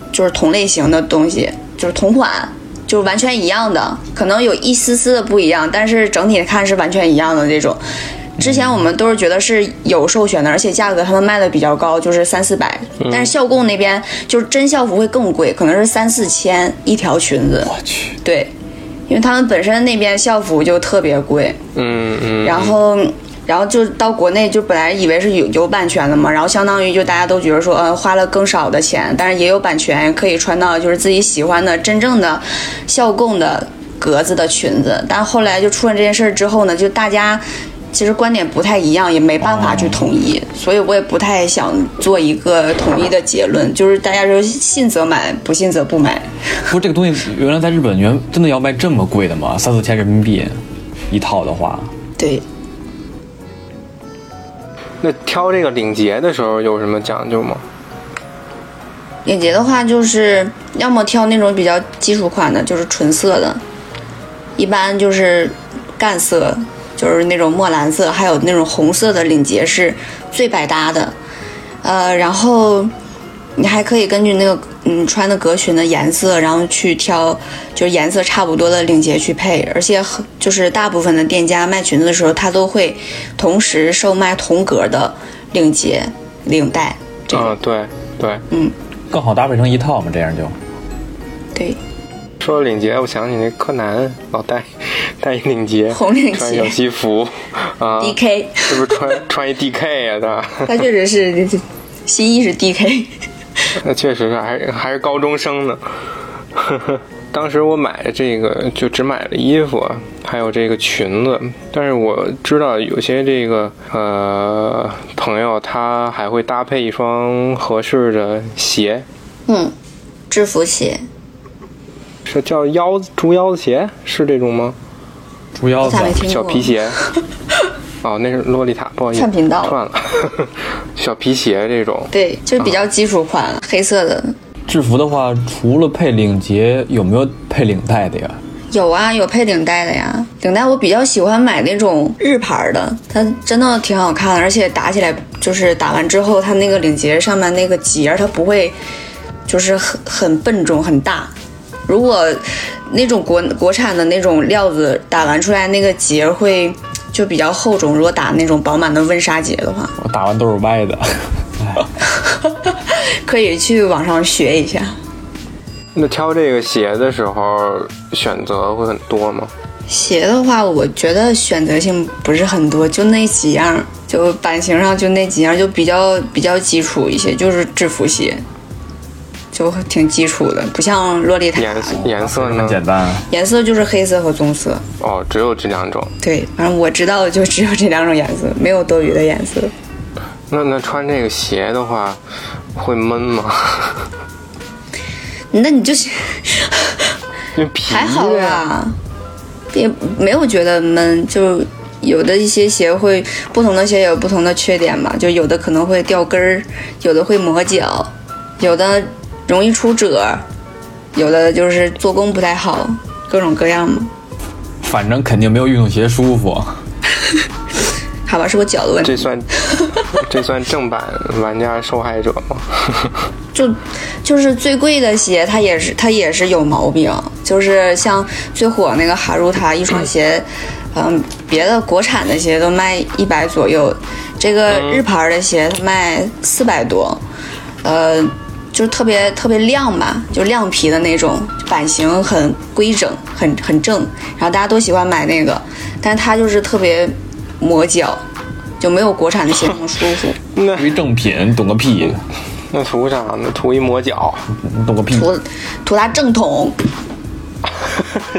Speaker 4: 就是同类型的东西，就是同款，就是完全一样的，可能有一丝丝的不一样，但是整体看是完全一样的这种。之前我们都是觉得是有授权的，而且价格他们卖的比较高，就是三四百。但是校供那边就是真校服会更贵，可能是三四千一条裙子。
Speaker 2: 我去，
Speaker 4: 对，因为他们本身那边校服就特别贵。
Speaker 1: 嗯嗯。
Speaker 4: 然后，然后就到国内就本来以为是有有版权的嘛，然后相当于就大家都觉得说，呃，花了更少的钱，但是也有版权可以穿到就是自己喜欢的真正的校供的格子的裙子。但后来就出了这件事儿之后呢，就大家。其实观点不太一样，也没办法
Speaker 1: 哦
Speaker 4: 去统一，所以我也不太想做一个统一的结论，就是大家说信则买，不信则不买。
Speaker 2: 不过这个东西原来在日本原真的要卖这么贵的吗？三四千人民币一套的话，
Speaker 4: 对，
Speaker 1: 那挑这个领结的时候有什么讲究吗？
Speaker 4: 领结的话，就是要么挑那种比较基础款的，就是纯色的，一般就是干色，就是那种墨蓝色，还有那种红色的领结是最百搭的。呃，然后你还可以根据那个嗯穿的格裙的颜色，然后去挑就是颜色差不多的领结去配。而且很就是大部分的店家卖裙子的时候，他都会同时售卖同格的领结、领带。这
Speaker 1: 啊、
Speaker 4: 个
Speaker 1: 对对。
Speaker 2: 更好搭配成一套嘛，这样就。
Speaker 4: 对，
Speaker 1: 说到领结，我想起那柯南老戴 戴一领结，
Speaker 4: 红领
Speaker 1: 穿
Speaker 4: 结
Speaker 1: 小西服啊，
Speaker 4: DK。
Speaker 1: 是不是穿穿一啊 DK 呀、他
Speaker 4: 他确实是这这新一是 DK，
Speaker 1: 那确实是，还还是高中生呢。 当时我买的这个就只买了衣服，还有这个裙子，但是我知道有些这个呃朋友他还会搭配一双合适的鞋，
Speaker 4: 嗯，制服鞋，
Speaker 1: 是叫腰子猪腰子鞋，是这种吗？
Speaker 2: 猪腰
Speaker 4: 我
Speaker 2: 子
Speaker 4: 咋没听过？
Speaker 1: 小皮， 鞋。哦，那是洛丽塔，不好意思，
Speaker 4: 串频道了
Speaker 1: 串了。 小皮鞋这种，
Speaker 4: 对，就是比较基础款，黑色的。
Speaker 2: 制服的话，除了配领结，有没有配领带的呀？
Speaker 4: 有啊，有配领带的呀。领带我比较喜欢买那种日牌儿的，它真的挺好看的，而且打起来就是打完之后，它那个领结上面那个结儿它不会就是很很笨重很大。如果那种国国产的那种料子打完出来那个结儿会就比较厚重，如果打那种饱满的温莎结的话，
Speaker 2: 我打完都是歪的。
Speaker 4: 可以去网上学一下。
Speaker 1: 那挑这个鞋的时候选择会很多吗？
Speaker 4: 鞋的话，我觉得选择性不是很多，就那几样，就版型上就那几样，就比较比较基础一些，就是制服鞋，就挺基础的，不像洛丽塔，
Speaker 1: 颜色颜色
Speaker 2: 很
Speaker 1: 呢？
Speaker 2: 简单，啊
Speaker 4: 颜色就是黑色和棕色。
Speaker 1: 哦，只有这两种。
Speaker 4: 对，反正我知道的就只有这两种颜色，没有多余的颜色。
Speaker 1: 那那穿这个鞋的话，会闷吗？
Speaker 4: 那你就是
Speaker 1: 因为皮
Speaker 4: 还好啊
Speaker 1: 的呀。
Speaker 4: 啦，也没有觉得闷，就有的一些鞋会，不同的鞋有不同的缺点吧，就有的可能会掉跟儿，有的会磨脚，有的容易出褶，有的就是做工不太好，各种各样嘛。
Speaker 2: 反正肯定没有运动鞋舒服。
Speaker 4: 好吧，是我脚的 问
Speaker 1: 这
Speaker 4: 题。
Speaker 1: 算这算正版玩家受害者吗？
Speaker 4: 就就是最贵的鞋，它也是它也是有毛病，就是像最火那个哈ruta，一双鞋，嗯，别的国产的鞋都卖一百左右，这个日牌的鞋它卖四百多，呃，就是特别特别亮吧，就亮皮的那种，版型很规整，很很正，然后大家都喜欢买那个，但它就是特别磨脚，就没有国产的鞋那么舒服。
Speaker 1: 那
Speaker 2: 至于正品，懂个屁，
Speaker 1: 那图啥呢？图一磨脚，
Speaker 2: 懂个屁。
Speaker 4: 图图它正统，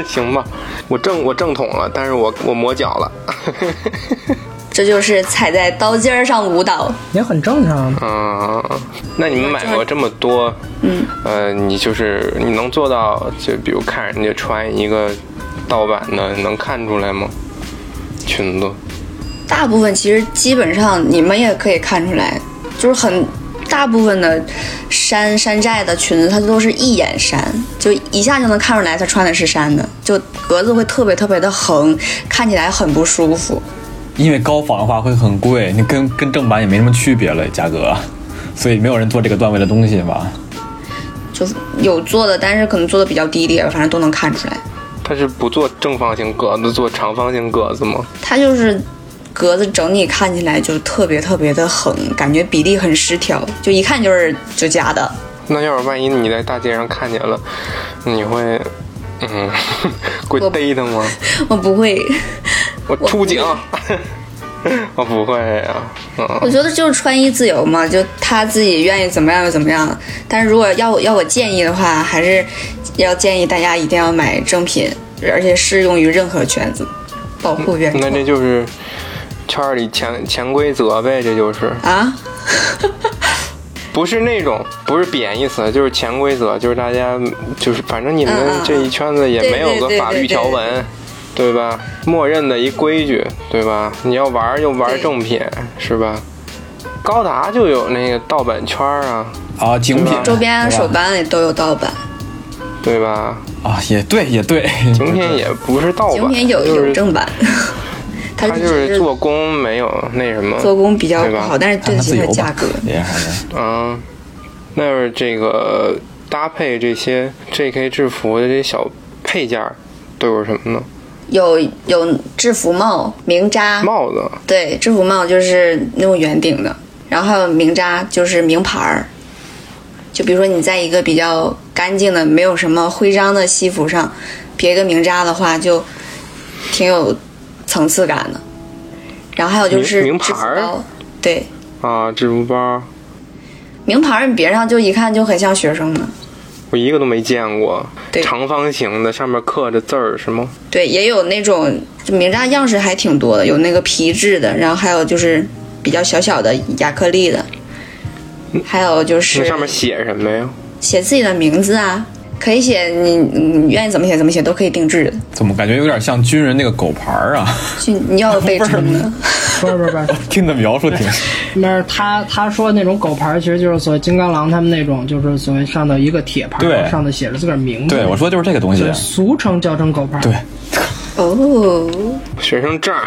Speaker 1: 行吧？我正我正统了，但是我我磨脚了。
Speaker 4: 这就是踩在刀尖儿上舞蹈。
Speaker 3: 也很正常。啊
Speaker 1: 嗯，那你们买过这么多，嗯，呃，你就是你能做到，就比如看人家穿一个盗版的，能看出来吗？裙子，
Speaker 4: 大部分其实基本上你们也可以看出来，就是很大部分的山山寨的裙子，它都是一眼山，就一下就能看出来它穿的是山的，就格子会特别特别的横，看起来很不舒服。
Speaker 2: 因为高仿的话会很贵，你跟跟正版也没什么区别了，价格，所以没有人做这个段位的东西吧？
Speaker 4: 就是有做的，但是可能做的比较低劣，反正都能看出来。
Speaker 1: 它是不做正方形格子，做长方形格子吗？
Speaker 4: 它就是格子整体看起来就特别特别的横，感觉比例很失调，就一看就是就假的。
Speaker 1: 那要是万一你在大街上看见了，你会，嗯， 会
Speaker 4: 我
Speaker 1: 逮他吗？
Speaker 4: 我不会，
Speaker 1: 我出警， 我不会呀、嗯，
Speaker 4: 我觉得就是穿衣自由嘛，就他自己愿意怎么样就怎么样。但是如果要我要我建议的话，还是要建议大家一定要买正品，而且适用于任何圈子，保护原
Speaker 1: 嗯那
Speaker 4: 创
Speaker 1: 这就是圈儿里潜潜规则呗，这就是
Speaker 4: 啊。
Speaker 1: 不是那种不是贬义词，就是潜规则，就是大家就是反正你们
Speaker 4: 嗯嗯嗯
Speaker 1: 这一圈子也
Speaker 4: 对
Speaker 1: 没有
Speaker 4: 对
Speaker 1: 个
Speaker 4: 对
Speaker 1: 法
Speaker 4: 对
Speaker 1: 律
Speaker 4: 对
Speaker 1: 条文，对吧？默认的一规矩，对吧？你要玩儿就玩儿
Speaker 4: 对
Speaker 1: 正品，是吧？高达就有那个盗版圈儿啊，
Speaker 2: 啊，精品
Speaker 4: 周边手
Speaker 2: 对吧
Speaker 4: 办也都有盗版，
Speaker 1: 对吧？
Speaker 2: 啊，也对，也对，
Speaker 1: 景品也不是盗版，
Speaker 4: 精品有
Speaker 1: 就
Speaker 4: 有
Speaker 1: 是
Speaker 4: 正版，它
Speaker 1: 它就
Speaker 4: 只
Speaker 1: 是做工没有那什么，
Speaker 4: 做工比较
Speaker 1: 对
Speaker 4: 不
Speaker 1: 吧
Speaker 4: 好，但是对
Speaker 2: 看
Speaker 4: 得
Speaker 2: 他
Speaker 4: 起
Speaker 2: 自
Speaker 4: 它
Speaker 2: 由
Speaker 4: 价
Speaker 2: 吧
Speaker 4: 格。，
Speaker 2: 也还是
Speaker 1: 嗯，那是这个搭配这些 JK 制服的这些小配件儿都有什么呢？
Speaker 4: 有有制服帽、明扎，
Speaker 1: 帽子，
Speaker 4: 对，制服帽就是那种圆顶的，然后还有名扎，就是名牌儿。就比如说你在一个比较干净的、没有什么徽章的西服上别一个名扎的话，就挺有层次感的。然后还有就是
Speaker 1: 名名
Speaker 4: 制服
Speaker 1: 牌儿
Speaker 4: 包，对，
Speaker 1: 啊，制服包，
Speaker 4: 名牌儿你别上就一看就很像学生嘛。
Speaker 1: 我一个都没见过。
Speaker 4: 对
Speaker 1: 长方形的，上面刻着字儿是吗？
Speaker 4: 对，也有那种就名扎样式还挺多的，有那个皮质的，然后还有就是比较小小的亚克力的，还有就是
Speaker 1: 那上面写什么呀？
Speaker 4: 写自己的名字啊，可以写你你愿意怎么写怎么写都可以定制的，
Speaker 2: 怎么感觉有点像军人那个狗牌儿啊？
Speaker 4: 就你要有被 称的。
Speaker 3: 不是不是不是，
Speaker 2: 听的描 述挺
Speaker 3: 那是他他说那种狗牌儿，其实就是所谓金刚狼他们那种，就是所谓上头一个铁牌儿，
Speaker 2: 对
Speaker 3: 然后上头写着自个儿名字，
Speaker 2: 对，我说就是这个东西
Speaker 3: 就，俗称叫成狗牌。
Speaker 2: 对，，
Speaker 4: 哦，
Speaker 1: 学生证儿，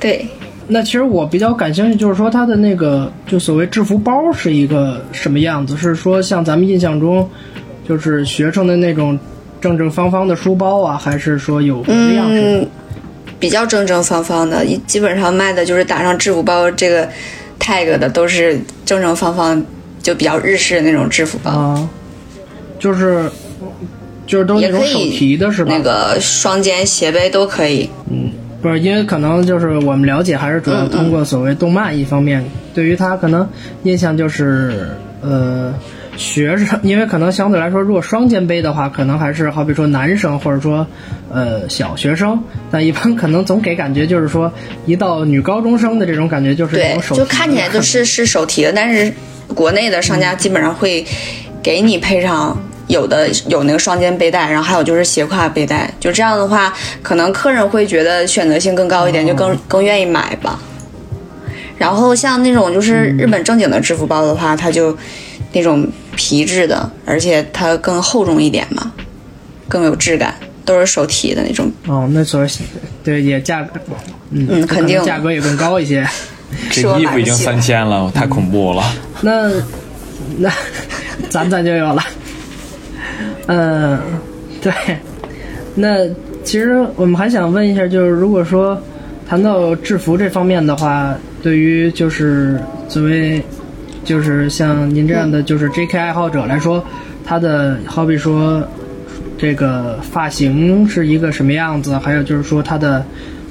Speaker 4: 对，
Speaker 3: 那其实我比较感兴趣，就是说它的那个就所谓制服包是一个什么样子？是说像咱们印象中，就是学生的那种正正方方的书包啊，还是说有别的样式？
Speaker 4: 嗯，比较正正方方的，一基本上卖的就是打上制服包这个 tag 的都是正正方方，就比较日式的那种制服包。
Speaker 3: 啊，就是就是都
Speaker 4: 也
Speaker 3: 那种
Speaker 4: 可
Speaker 3: 手
Speaker 4: 以
Speaker 3: 提的是吧？
Speaker 4: 那个双肩斜背都可以，
Speaker 3: 不是，因为可能就是我们了解还是主
Speaker 4: 嗯
Speaker 3: 要通过所谓动漫一方面，对于他可能印象就是呃学生，因为可能相对来说，如果双肩背的话，可能还是好比说男生或者说呃小学生，但一般可能总给感觉就是说一到女高中生的这种感觉就是那
Speaker 4: 对
Speaker 3: 种，手
Speaker 4: 就
Speaker 3: 提
Speaker 4: 看起来
Speaker 3: 的
Speaker 4: 就是是手提的，但是国内的商
Speaker 3: 嗯
Speaker 4: 家基本上会给你配上有的有那个双肩背带，然后还有就是斜挎背带，就这样的话，可能客人会觉得选择性更高一点，就
Speaker 3: 哦
Speaker 4: 更更愿意买吧。然后像那种就是
Speaker 3: 嗯
Speaker 4: 日本正经的制服包的话，它就那种皮质的，而且它更厚重一点嘛，更有质感，都是手提的那种。
Speaker 3: 哦，那所谓对也价格嗯
Speaker 4: 嗯肯定
Speaker 3: 可能价格也更高一些。
Speaker 2: 这衣服已经三千了，太恐怖了。
Speaker 3: 那那咱咱就有了。嗯，对。那其实我们还想问一下，就是如果说谈到制服这方面的话，对于就是作为就是像您这样的就是 JK 爱好者来说，他的好比说这个发型是一个什么样子，还有就是说他的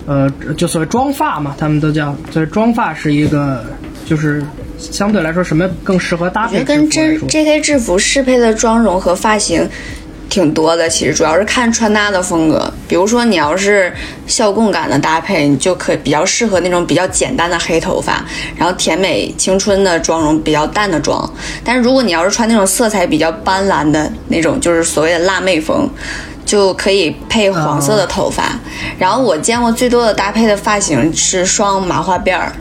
Speaker 3: 呃，就所谓妆发嘛，他们都叫，所以妆发是一个就是相对来说什么更适合搭
Speaker 4: 我觉
Speaker 3: 配
Speaker 4: 得
Speaker 3: 制服来
Speaker 4: 跟 J
Speaker 3: 说
Speaker 4: J K 制服适配的妆容和发型挺多的，其实主要是看穿搭的风格。比如说，你要是校供感的搭配，你就可以比较适合那种比较简单的黑头发，然后甜美青春的妆容，比较淡的妆。但是如果你要是穿那种色彩比较斑斓的那种，就是所谓的辣妹风。就可以配黄
Speaker 3: 哦
Speaker 4: 色的头发然后我见过最多的搭配的发型是双麻花辫儿，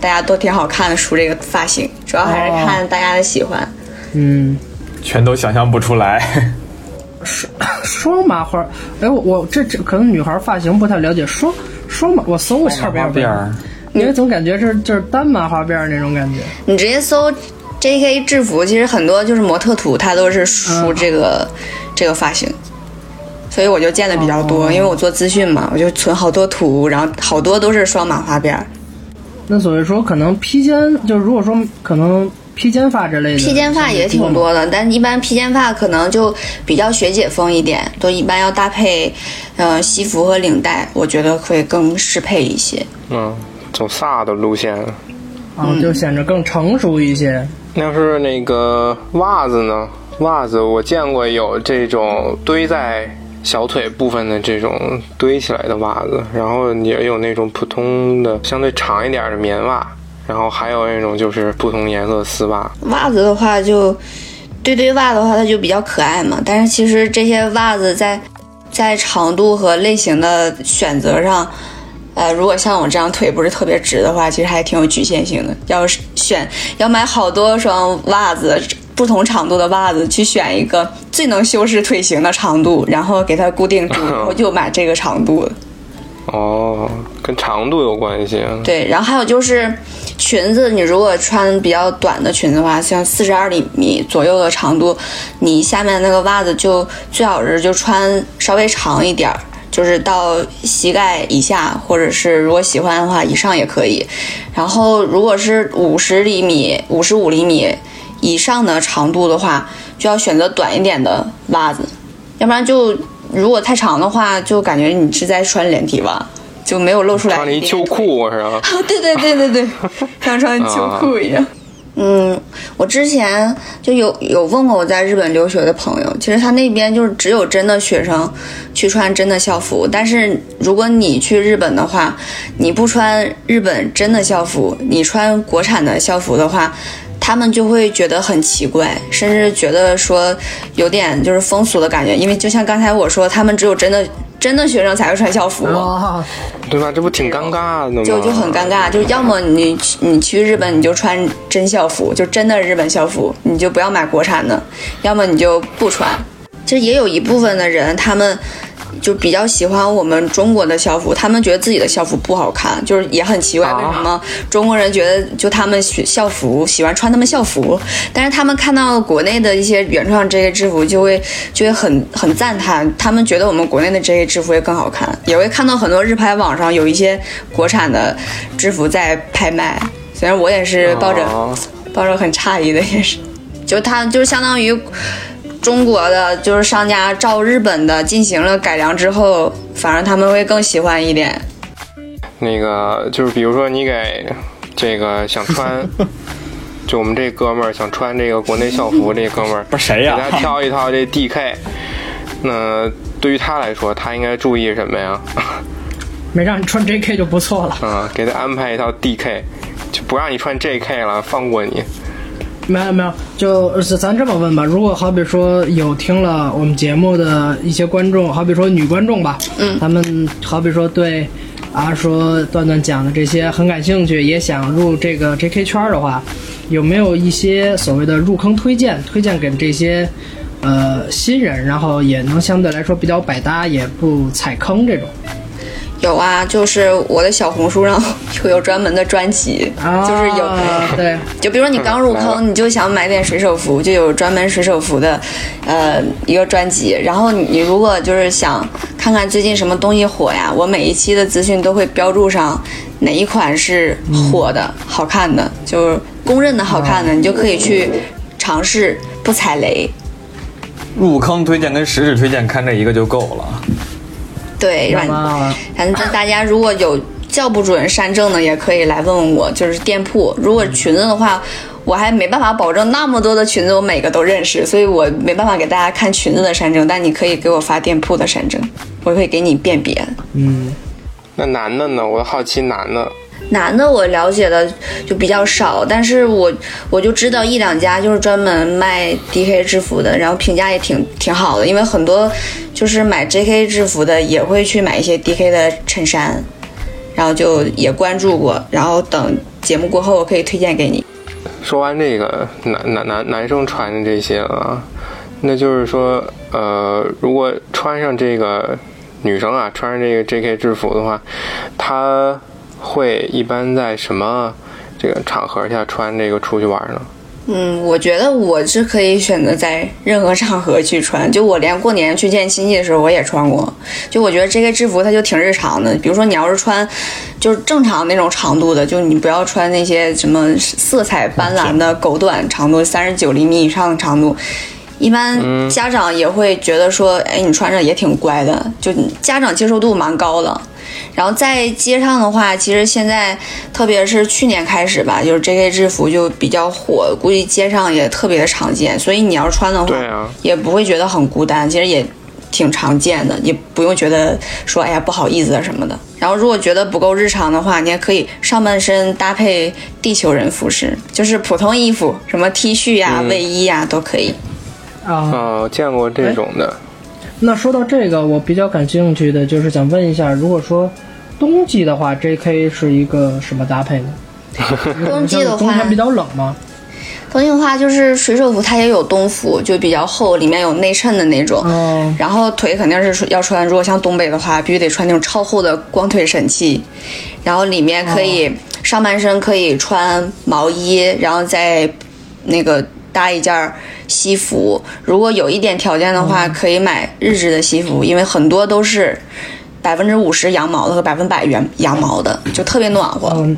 Speaker 4: 大家都挺好看的，梳这个发型，主要还是看大家的喜欢。
Speaker 3: 嗯。
Speaker 2: 全都想象不出 来。
Speaker 3: 双麻花，哎，我我这这可能女孩发型不太了解，双双麻，我搜过下边
Speaker 2: 花
Speaker 3: 儿
Speaker 2: 边儿，
Speaker 3: 因为总感觉是就是单麻花辫儿那种感觉。
Speaker 4: 你直接搜 J.K. 制服，其实很多就是模特图，它都是梳这个、这个发型，所以我就见的比较多，因为我做资讯嘛，我就存好多图，然后好多都是双马花辫儿。
Speaker 3: 那所以说，可能披肩，就是如果说可能披肩发之类的，
Speaker 4: 披肩发也挺多的，但一般披肩发可能就比较学姐风一点，都一般要搭配，呃，西服和领带，我觉得会更适配一些。
Speaker 1: 嗯，走飒的路线。
Speaker 3: 啊，
Speaker 4: 嗯
Speaker 3: 就显着更成熟一些。
Speaker 1: 那要是那个袜子呢？袜子我见过有这种堆在小腿部分的这种堆起来的袜子，然后也有那种普通的相对长一点的棉袜，然后还有那种就是不同颜色的丝袜。
Speaker 4: 袜子的话就，对对袜的话，它就比较可爱嘛。但是其实这些袜子在在长度和类型的选择上，呃，如果像我这样腿不是特别直的话，其实还挺有局限性的。要是选要买好多双袜子，不同长度的袜子去选一个最能修饰腿型的长度，然后给它固定住，我就买这个长度了。
Speaker 1: 哦，跟长度有关系。啊
Speaker 4: 对，然后还有就是裙子，你如果穿比较短的裙子的话，像四十二厘米左右的长度，你下面那个袜子就最好是就穿稍微长一点儿，就是到膝盖以下，或者是如果喜欢的话以上也可以。然后如果是五十厘米、五十五厘米以上的长度的话，就要选择短一点的袜子，要不然就如果太长的话，就感觉你是在穿连体袜。就没有露出来
Speaker 1: 穿了
Speaker 4: 一
Speaker 1: 一
Speaker 4: 点
Speaker 1: 秋
Speaker 4: 腿
Speaker 1: 裤是吧？
Speaker 4: 对对对对对，像穿秋裤一样。嗯，我之前就有有问过我在日本留学的朋友，其实他那边就是只有真的学生去穿真的校服，但是如果你去日本的话，你不穿日本真的校服，你穿国产的校服的话，他们就会觉得很奇怪，甚至觉得说有点就是风俗的感觉，因为就像刚才我说，他们只有真的真的学生才会穿校服。
Speaker 3: 啊，
Speaker 1: 对吧？这不挺尴尬的吗？
Speaker 4: 就就很尴尬，就要么你去你去日本你就穿真校服，就真的日本校服，你就不要买国产的，要么你就不穿。其实也有一部分的人，他们就比较喜欢我们中国的校服，他们觉得自己的校服不好看，就是也很奇怪，
Speaker 1: 啊
Speaker 4: 为什么中国人觉得就他们学校服喜欢穿他们校服，但是他们看到国内的一些原创 JK 制服，就会就会很很赞叹，他们觉得我们国内的 JK 制服也更好看，也会看到很多日拍网上有一些国产的制服在拍卖，虽然我也是抱着、
Speaker 1: 哦
Speaker 4: 抱着很诧异的也是，就它就相当于中国的就是商家照日本的进行了改良之后，反而他们会更喜欢一点。
Speaker 1: 那个就是比如说你给这个想 穿，就我们这哥们儿想穿这个国内校服，这哥们儿
Speaker 2: 不是谁呀
Speaker 1: 给他挑一套这 DK，那对于他来说，他应该注意什么呀？
Speaker 3: 没让你穿 JK 就不错了。
Speaker 1: 啊，给他安排一套 DK，就不让你穿 JK 了，放过你。
Speaker 3: 没有没有，就是咱这么问吧。如果好比说有听了我们节目的一些观众，好比说女观众吧，嗯，他们好比说对啊说段段讲的这些很感兴趣，也想入这个 JK 圈儿的话，有没有一些所谓的入坑推荐，推荐给这些呃新人，然后也能相对来说比较百搭，也不踩坑这种？
Speaker 4: 有啊，就是我的小红书上有有专门的专辑，
Speaker 3: 啊，
Speaker 4: 就是有哎
Speaker 3: 对，
Speaker 4: 就比如说你刚入坑，你就想买点水手服，就有专门水手服的，呃，一个专辑。然后你你如果就是想看看最近什么东西火呀，我每一期的资讯都会标注上哪一款是火的、好看的，就是公认的好看的，你就可以去尝试，不踩雷。
Speaker 2: 入坑推荐跟实时推荐看这一个就够了。
Speaker 4: 对，让你
Speaker 3: 妈
Speaker 4: 反正大家如果有叫不准山正的，也可以来问问我，就是店铺。如果裙子的话，我还没办法保证那么多的裙子我每个都认识，所以我没办法给大家看裙子的山正，但你可以给我发店铺的山正，我会给你辨别。
Speaker 3: 嗯，
Speaker 1: 那男的呢？我好奇男的，
Speaker 4: 男的我了解的就比较少，但是我我就知道一两家就是专门卖 DK 制服的，然后评价也挺挺好的，因为很多就是买 JK 制服的也会去买一些 DK 的衬衫，然后就也关注过，然后等节目过后我可以推荐给你。
Speaker 1: 说完这个男男男男生穿的这些了，那就是说，呃，如果穿上这个女生啊，穿上这个 J.K. 制服的话，她会一般在什么这个场合下穿这个出去玩呢？
Speaker 4: 嗯，我觉得我是可以选择在任何场合去穿，就我连过年去见亲戚的时候我也穿过。就我觉得这个制服它就挺日常的，比如说你要是穿，就是正常那种长度的，就你不要穿那些什么色彩斑斓的狗短长度，三十九厘米以上的长度。一般
Speaker 1: 嗯
Speaker 4: 家长也会觉得说，哎，你穿着也挺乖的，就你家长接受度蛮高的。然后在街上的话，其实现在特别是去年开始吧，就是 JK 制服就比较火，估计街上也特别的常见，所以你要是穿的话
Speaker 1: 对，啊，
Speaker 4: 也不会觉得很孤单，其实也挺常见的，也不用觉得说哎呀不好意思啊什么的。然后如果觉得不够日常的话，你也可以上半身搭配地球人服饰，就是普通衣服，什么 T 恤呀、
Speaker 1: 嗯
Speaker 4: 卫衣呀、都可以。
Speaker 3: 啊，
Speaker 1: 哦、见过这种的。
Speaker 3: 那说到这个，我比较感兴趣的就是想问一下，如果说冬季的话，J.K. 是一个什么搭配 呢？
Speaker 4: 冬季的
Speaker 3: 像冬
Speaker 4: 话
Speaker 3: 天，比较冷嘛，
Speaker 4: 冬季的话就是水手服，它也有冬服，就比较厚，里面有内衬的那种。
Speaker 3: 嗯，
Speaker 4: 然后腿肯定是要穿，如果像东北的话，必须得穿那种超厚的光腿神器，然后里面可以、上半身可以穿毛衣，然后再那个搭一件儿西服。如果有一点条件的话，可以买日制的西服，因为很多都是百分之五十羊毛的和百分百原羊毛的，就特别暖和。
Speaker 3: 嗯，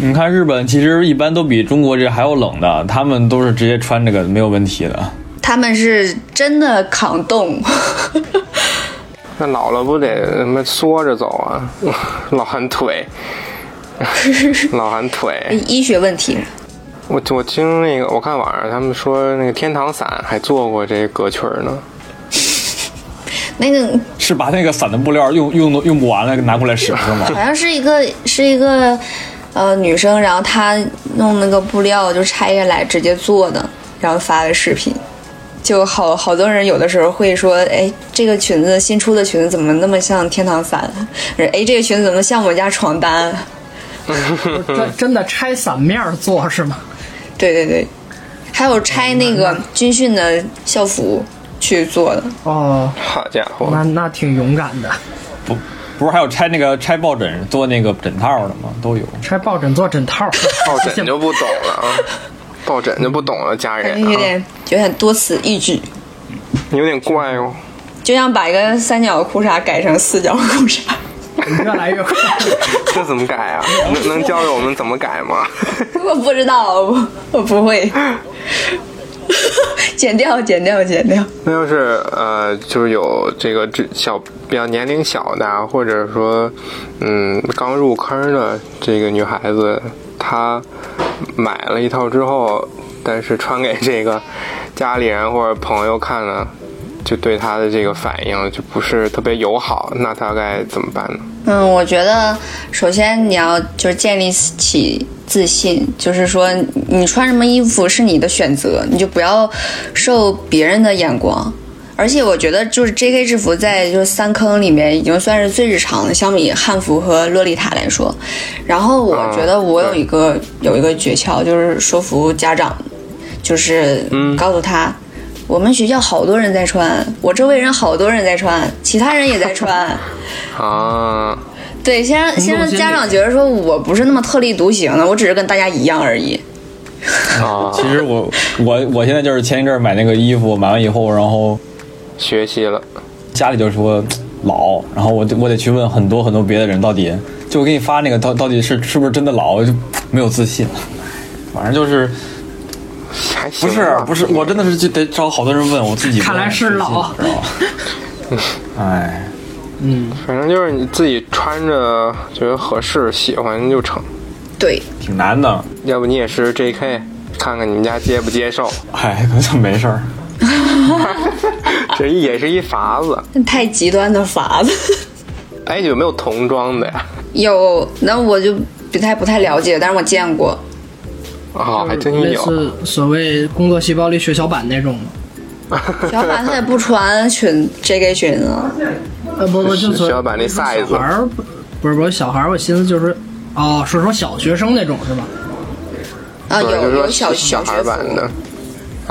Speaker 2: 你看日本其实一般都比中国这还要冷的，他们都是直接穿这个没有问题的。
Speaker 4: 他们是真的抗冻。
Speaker 1: 那老了不得他妈缩着走啊， 老寒腿，老寒腿。
Speaker 4: 医学问题，
Speaker 1: 我我听那个，我看网上他们说那个天堂伞还做过这隔裙儿呢。
Speaker 4: 那个
Speaker 2: 是把那个伞的布料用用都用不完了，拿过来使是吗？
Speaker 4: 好像是一个是一个呃女生，然后她弄那个布料就拆下来直接做的，然后发的视频，就好好多人有的时候会说，哎，这个裙子新出的裙子怎么那么像天堂伞？ 或者哎，这个裙子怎么像我家床单？
Speaker 1: 嗯
Speaker 3: 真真的拆伞面儿做是吗？
Speaker 4: 对对对，还有拆那个军训的校服去做的，
Speaker 3: 哦，
Speaker 1: 好家伙，
Speaker 3: 那那挺勇敢的，
Speaker 2: 不，不是还有拆那个拆抱枕做那个枕套的吗？都有。
Speaker 3: 拆抱枕做枕套，
Speaker 1: 抱枕就不懂 了啊，抱枕就不懂了，家
Speaker 4: 感
Speaker 1: 人
Speaker 4: 觉有
Speaker 1: 啊，
Speaker 4: 点有点多此一举，
Speaker 1: 有点怪哦。
Speaker 4: 就像把一个三角裤衩改成四角裤衩。
Speaker 3: 越来越快。
Speaker 1: 这怎么改啊？能能教给我们怎么改吗？
Speaker 4: 我不知道，我我不会。 剪掉，剪掉，剪掉。
Speaker 1: 那要是呃，就是有这个这小比较年龄小的啊，或者说嗯刚入坑的这个女孩子，她买了一套之后，但是穿给这个家里人或者朋友看了，就对她的这个反应就不是特别友好，那她该怎么办呢？
Speaker 4: 嗯，我觉得首先你要就是建立起自信，就是说你穿什么衣服是你的选择，你就不要受别人的眼光。而且我觉得就是 J.K. 制服在就是三坑里面已经算是最日常的，相比汉服和洛丽塔来说。然后我觉得我有一个、有一个诀窍，就是说服家长，就是告诉他。我们学校好多人在穿，我周围人好多人在穿，其他人也在穿，
Speaker 1: 啊，
Speaker 4: 对，先让先让家长觉得说我不是那么特立独行的，我只是跟大家一样而已。
Speaker 1: 啊，
Speaker 2: 其实我我我现在就是前一阵儿买那个衣服，买完以后，然后
Speaker 1: 学习了，
Speaker 2: 家里就说老，然后我得我得去问很多很多别的人，到底就我给你发那个到到底是是不是真的老，我就没有自信了。反正就是
Speaker 1: 还行
Speaker 2: 不是
Speaker 1: 吧
Speaker 2: 不是，我真的是就得找好多人问我自己。
Speaker 3: 看来是老
Speaker 2: 知道吧？哎，
Speaker 3: 嗯，
Speaker 1: 反正就是你自己穿着觉得合适、喜欢就成，
Speaker 4: 对，
Speaker 2: 挺难的。
Speaker 1: 要不你也是 J.K.，看看你们家接不接受，
Speaker 2: 哎， 没事儿。
Speaker 1: 这也是一法子。
Speaker 4: 太极端的法子。
Speaker 1: 哎，有没有童装的呀？
Speaker 4: 有，那我就不太不太了解，但是我见过。
Speaker 1: 哦， 还真
Speaker 3: 类
Speaker 1: 有。
Speaker 3: 似所谓工作细胞里血小板那种吗？
Speaker 4: 小板他也不穿裙 JK 裙啊，
Speaker 3: 呃，不不，就
Speaker 1: 血
Speaker 3: 所
Speaker 1: 小板那 size
Speaker 3: 小孩儿不不是不是小孩儿，我寻思就是，哦，是说小学生那种是吧？
Speaker 4: 啊
Speaker 1: 对，
Speaker 4: 有
Speaker 1: 就是
Speaker 4: 有
Speaker 1: 说
Speaker 4: 小
Speaker 1: 小
Speaker 4: 学
Speaker 1: 孩
Speaker 4: 服
Speaker 1: 版，的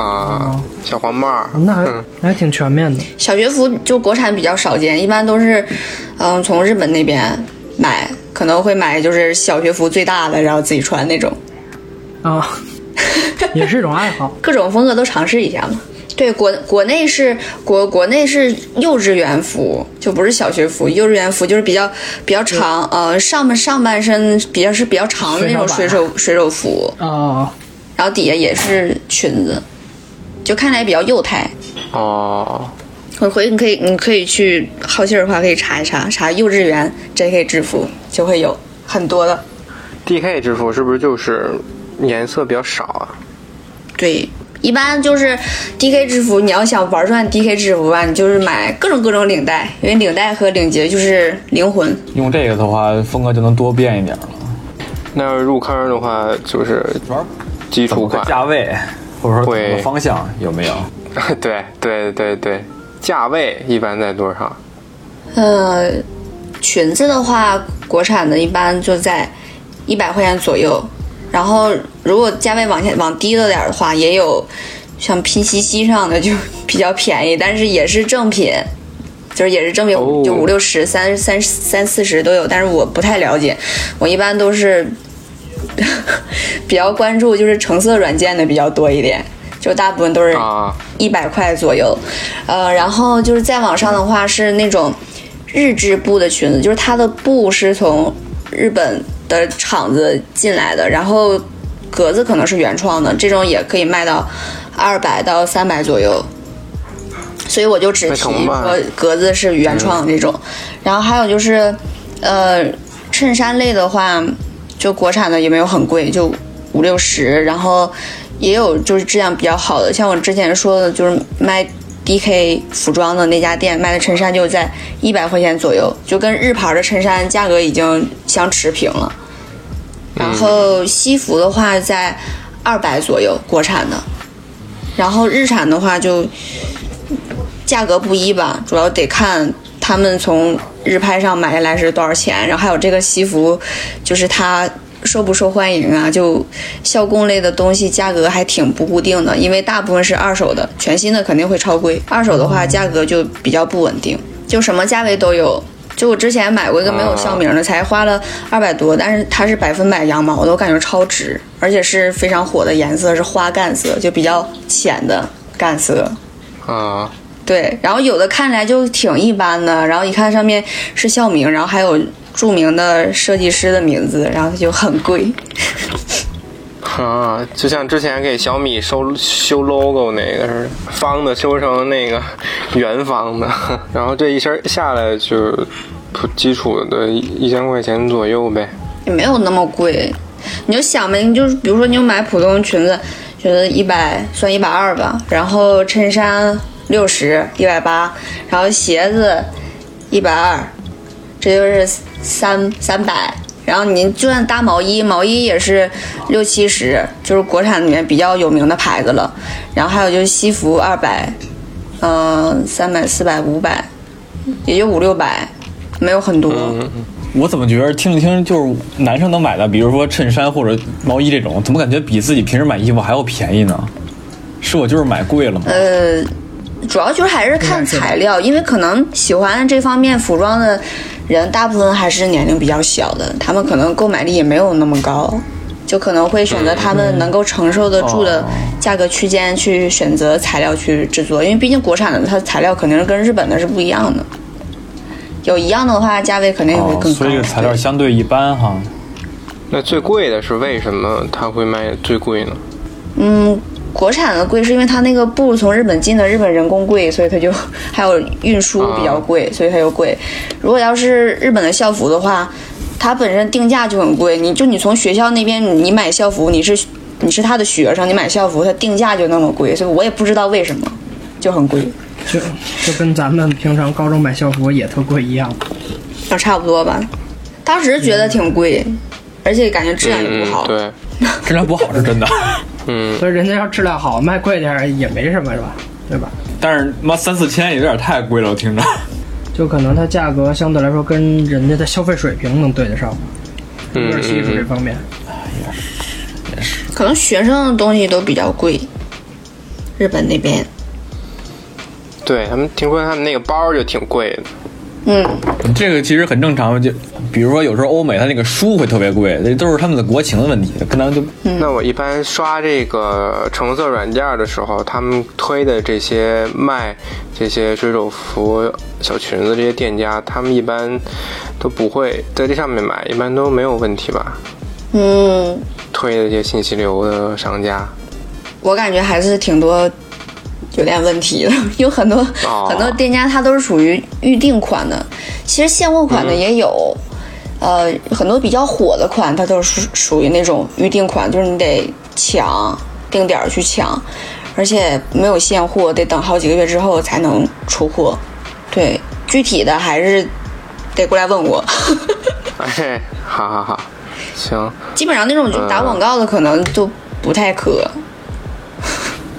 Speaker 1: 啊，小黄帽儿，
Speaker 3: 那还、
Speaker 1: 嗯
Speaker 3: 还挺全面的。
Speaker 4: 小学服就国产比较少见，一般都是，嗯、从日本那边买，可能会买就是小学服最大的，然后自己穿那种，
Speaker 3: 啊、也是一种爱好。
Speaker 4: 各种风格都尝试一下嘛。对，国国内是国国内是幼稚园服，就不是小学服。幼稚园服就是比较比较长，呃，上半上半身比较是比较长的那种水
Speaker 3: 水
Speaker 4: 手水手服，
Speaker 1: 啊
Speaker 3: 哦，
Speaker 4: 然后底下也是裙子，就看起来比较幼态。
Speaker 1: 哦，
Speaker 4: 我回你可以，你可以去好奇儿的话，可以查一查，查幼稚园 JK 制服就会有很多的。
Speaker 1: D.K. 制服是不是就是颜色比较少啊？
Speaker 4: 对，一般就是 DK 制服，你要想玩转 DK 制服吧，你就是买各种各种领带，因为领带和领结就是灵魂。
Speaker 2: 用这个的话，风格就能多变一点了。
Speaker 1: 那要入坑的话，就是
Speaker 2: 主要
Speaker 1: 基
Speaker 2: 怎
Speaker 1: 础
Speaker 2: 么个
Speaker 1: 款。
Speaker 2: 价位，或者说怎么
Speaker 1: 会
Speaker 2: 个方向有没有？
Speaker 1: 对对对对，价位一般在多少？
Speaker 4: 呃，裙子的话，国产的一般就在一百块钱左右，然后如果价位往下往低了点儿的话，也有像拼夕夕上的就比较便宜，但是也是正品，就是也是正品，
Speaker 1: 哦
Speaker 4: 就五六十、三三三四十都有，但是我不太了解，我一般都是比较关注就是橙色软件的比较多一点，就大部分都是
Speaker 1: 啊，
Speaker 4: 一百块左右，呃，然后就是再往上的话是那种日制布的裙子，就是它的布是从日本的厂子进来的，然后格子可能是原创的，这种也可以卖到二百到三百左右。所以我就只
Speaker 1: 那
Speaker 4: 提
Speaker 1: 成吧
Speaker 4: 说格子是原创的这种，然后还有就是，呃，衬衫类的话，就国产的也没有很贵，就五六十，然后也有就是质量比较好的，像我之前说的，就是卖 DK 服装的那家店卖的衬衫就在一百块钱左右，就跟日牌的衬衫价格已经相持平了。然后西服的话在二百左右，国产的，然后日产的话就价格不一吧，主要得看他们从日拍上买下来是多少钱，然后还有这个西服，就是它受不受欢迎啊，就校供类的东西价格还挺不固定的，因为大部分是二手的，全新的肯定会超贵，二手的话价格就比较不稳定，就什么价位都有。就我之前买过一个没有校名的，才花了二百多，但是它是百分百羊毛的，我感觉超值，而且是非常火的颜色，是花干色，就比较浅的干色。
Speaker 1: 啊，
Speaker 4: 对，然后有的看起来就挺一般的，然后一看上面是校名，然后还有著名的设计师的名字，然后它就很贵。
Speaker 1: 啊，就像之前给小米收修 logo 那个似的，方的修成那个圆方的，然后这一身下来就普基础的一一千块钱左右呗。
Speaker 4: 也没有那么贵。你就想呗，你就是比如说你就买普通裙子，裙子一百算一百二吧，然后衬衫六十一百八，然后鞋子一百二，这就是三三百。然后您就算搭毛衣，毛衣也是六七十，就是国产里面比较有名的牌子了。然后还有就是西服二百，嗯，三百、四百、五百，也就五六百，没有很多。
Speaker 2: 我怎么觉得听着听着就是男生能买的，比如说衬衫或者毛衣这种，怎么感觉比自己平时买衣服还要便宜呢？是我就是买贵了吗？
Speaker 4: 呃，主要就是还是看
Speaker 2: 啊
Speaker 4: 材料，因为可能喜欢这方面服装的人，大部分还是年龄比较小的，他们可能购买力也没有那么高，就可能会选择他
Speaker 2: 嗯
Speaker 4: 们能够承受得住
Speaker 2: 哦
Speaker 4: 的价格区间去选择材料去制作，因为毕竟国产的它材料肯定是跟日本的是不一样的，有一样的话价位肯定也会
Speaker 2: 哦，
Speaker 4: 更高。
Speaker 2: 所以这个材料相对一般哈。
Speaker 1: 那最贵的是为什么它会卖最贵呢？
Speaker 4: 嗯，国产的贵是因为它那个布从日本进的，日本人工贵，所以它就还有运输比较贵，所以它就贵。如果要是日本的校服的话，它本身定价就很贵，你就你从学校那边你你买校服，你是你是他的学生，你买校服它定价就那么贵，所以我也不知道为什么就很贵，
Speaker 3: 就就跟咱们平常高中买校服也特贵一样。
Speaker 1: 嗯
Speaker 4: 那差不多吧。当时觉得挺贵，而且感觉质量也
Speaker 1: 嗯
Speaker 4: 不好。，
Speaker 1: 对，
Speaker 2: 质量不好是真的，
Speaker 1: 嗯，
Speaker 3: 所以人家要质量好，卖贵点儿也没什么，是吧？对吧？
Speaker 2: 但是妈三四千有点太贵了，我听着。
Speaker 3: 就可能它价格相对来说跟人家的消费水平能对得上，有
Speaker 1: 嗯
Speaker 3: 点技术这方面。
Speaker 4: 可能学生的东西都比较贵，日本那边。
Speaker 1: 对他们听说他们那个包就挺贵的，
Speaker 4: 嗯，
Speaker 2: 这个其实很正常，就比如说有时候欧美它那个书会特别贵，这都是他们的国情的问题，跟咱就
Speaker 1: 那我一般刷这个橙色软件的时候，他们推的这些卖这些水手服、小裙子这些店家，他们一般都不会在这上面买，一般都没有问题吧？
Speaker 4: 嗯，
Speaker 1: 推的这些信息流的商家，
Speaker 4: 我感觉还是挺多有点问题的， 有很多、
Speaker 1: 哦
Speaker 4: 很多店家它都是属于预定款的，其实现货款的也有，呃，很多比较火的款它都是属属于那种预定款，就是你得抢定点儿去抢，而且没有现货，得等好几个月之后才能出货。对，具体的还是得过来问我。
Speaker 1: 哎，好好好，行，
Speaker 4: 基本上那种就打广告的可能都不太可。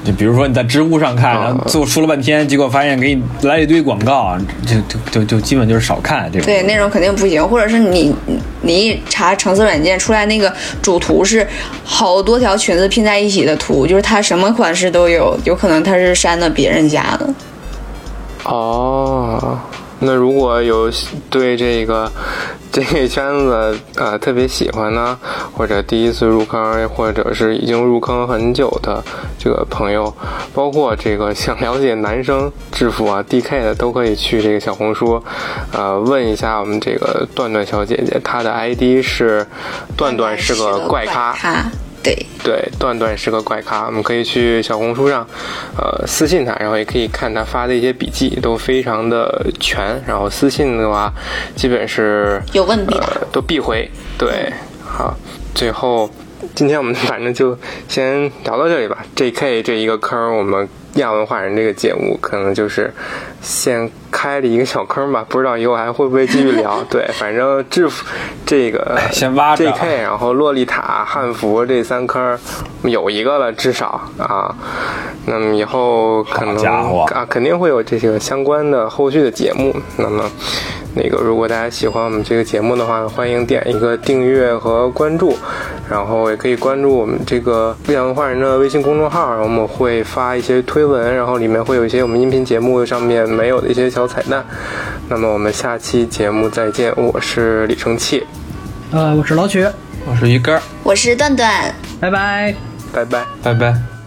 Speaker 2: 就比如说你在知乎上看，然后做说了半天，结果发现给你来一堆广告，就就就就基本就是少看这种。
Speaker 4: 对，那种肯定不行，或者是你你一查橙色软件出来那个主图是好多条裙子拼在一起的图，就是它什么款式都有，有可能它是删的别人家的。
Speaker 1: 哦，那如果有对这个 这个圈子呃特别喜欢呢，或者第一次入坑，或者是已经入坑很久的这个朋友，包括这个想了解男生制服啊 DK 的，都可以去这个小红书，呃，问一下我们这个段段小姐姐，她的 ID 是段段是个怪咖，
Speaker 4: 咖，对，
Speaker 1: 对，段段是个怪咖，我们可以去小红书上，呃，私信他，然后也可以看他发的一些笔记，都非常的全。然后私信的话，基本是
Speaker 4: 有问必答
Speaker 1: 呃，都必回。对，好，最后今天我们反正就先聊到这里吧。J.K. 这一个坑，我们亚文化人这个节目可能就是先开了一个小坑吧，不知道以后还会不会继续聊。对，反正制服这个
Speaker 2: 哎先挖着啊
Speaker 1: J.K. 然后洛丽塔、汉服这三坑儿有一个了，至少啊，那么以后可能
Speaker 2: 好家伙
Speaker 1: 啊，肯定会有这些相关的后续的节目。那么，那个如果大家喜欢我们这个节目的话，欢迎点一个订阅和关注，然后也可以关注我们这个不想文化人的微信公众号，然后我们会发一些推文，然后里面会有一些我们音频节目上面没有的一些小彩蛋。那么我们下期节目再见，我是李成器，
Speaker 3: 呃，我是老曲，
Speaker 2: 我是鱼竿儿，
Speaker 4: 我是段段。
Speaker 3: 拜拜。
Speaker 1: 拜拜。
Speaker 2: 拜拜。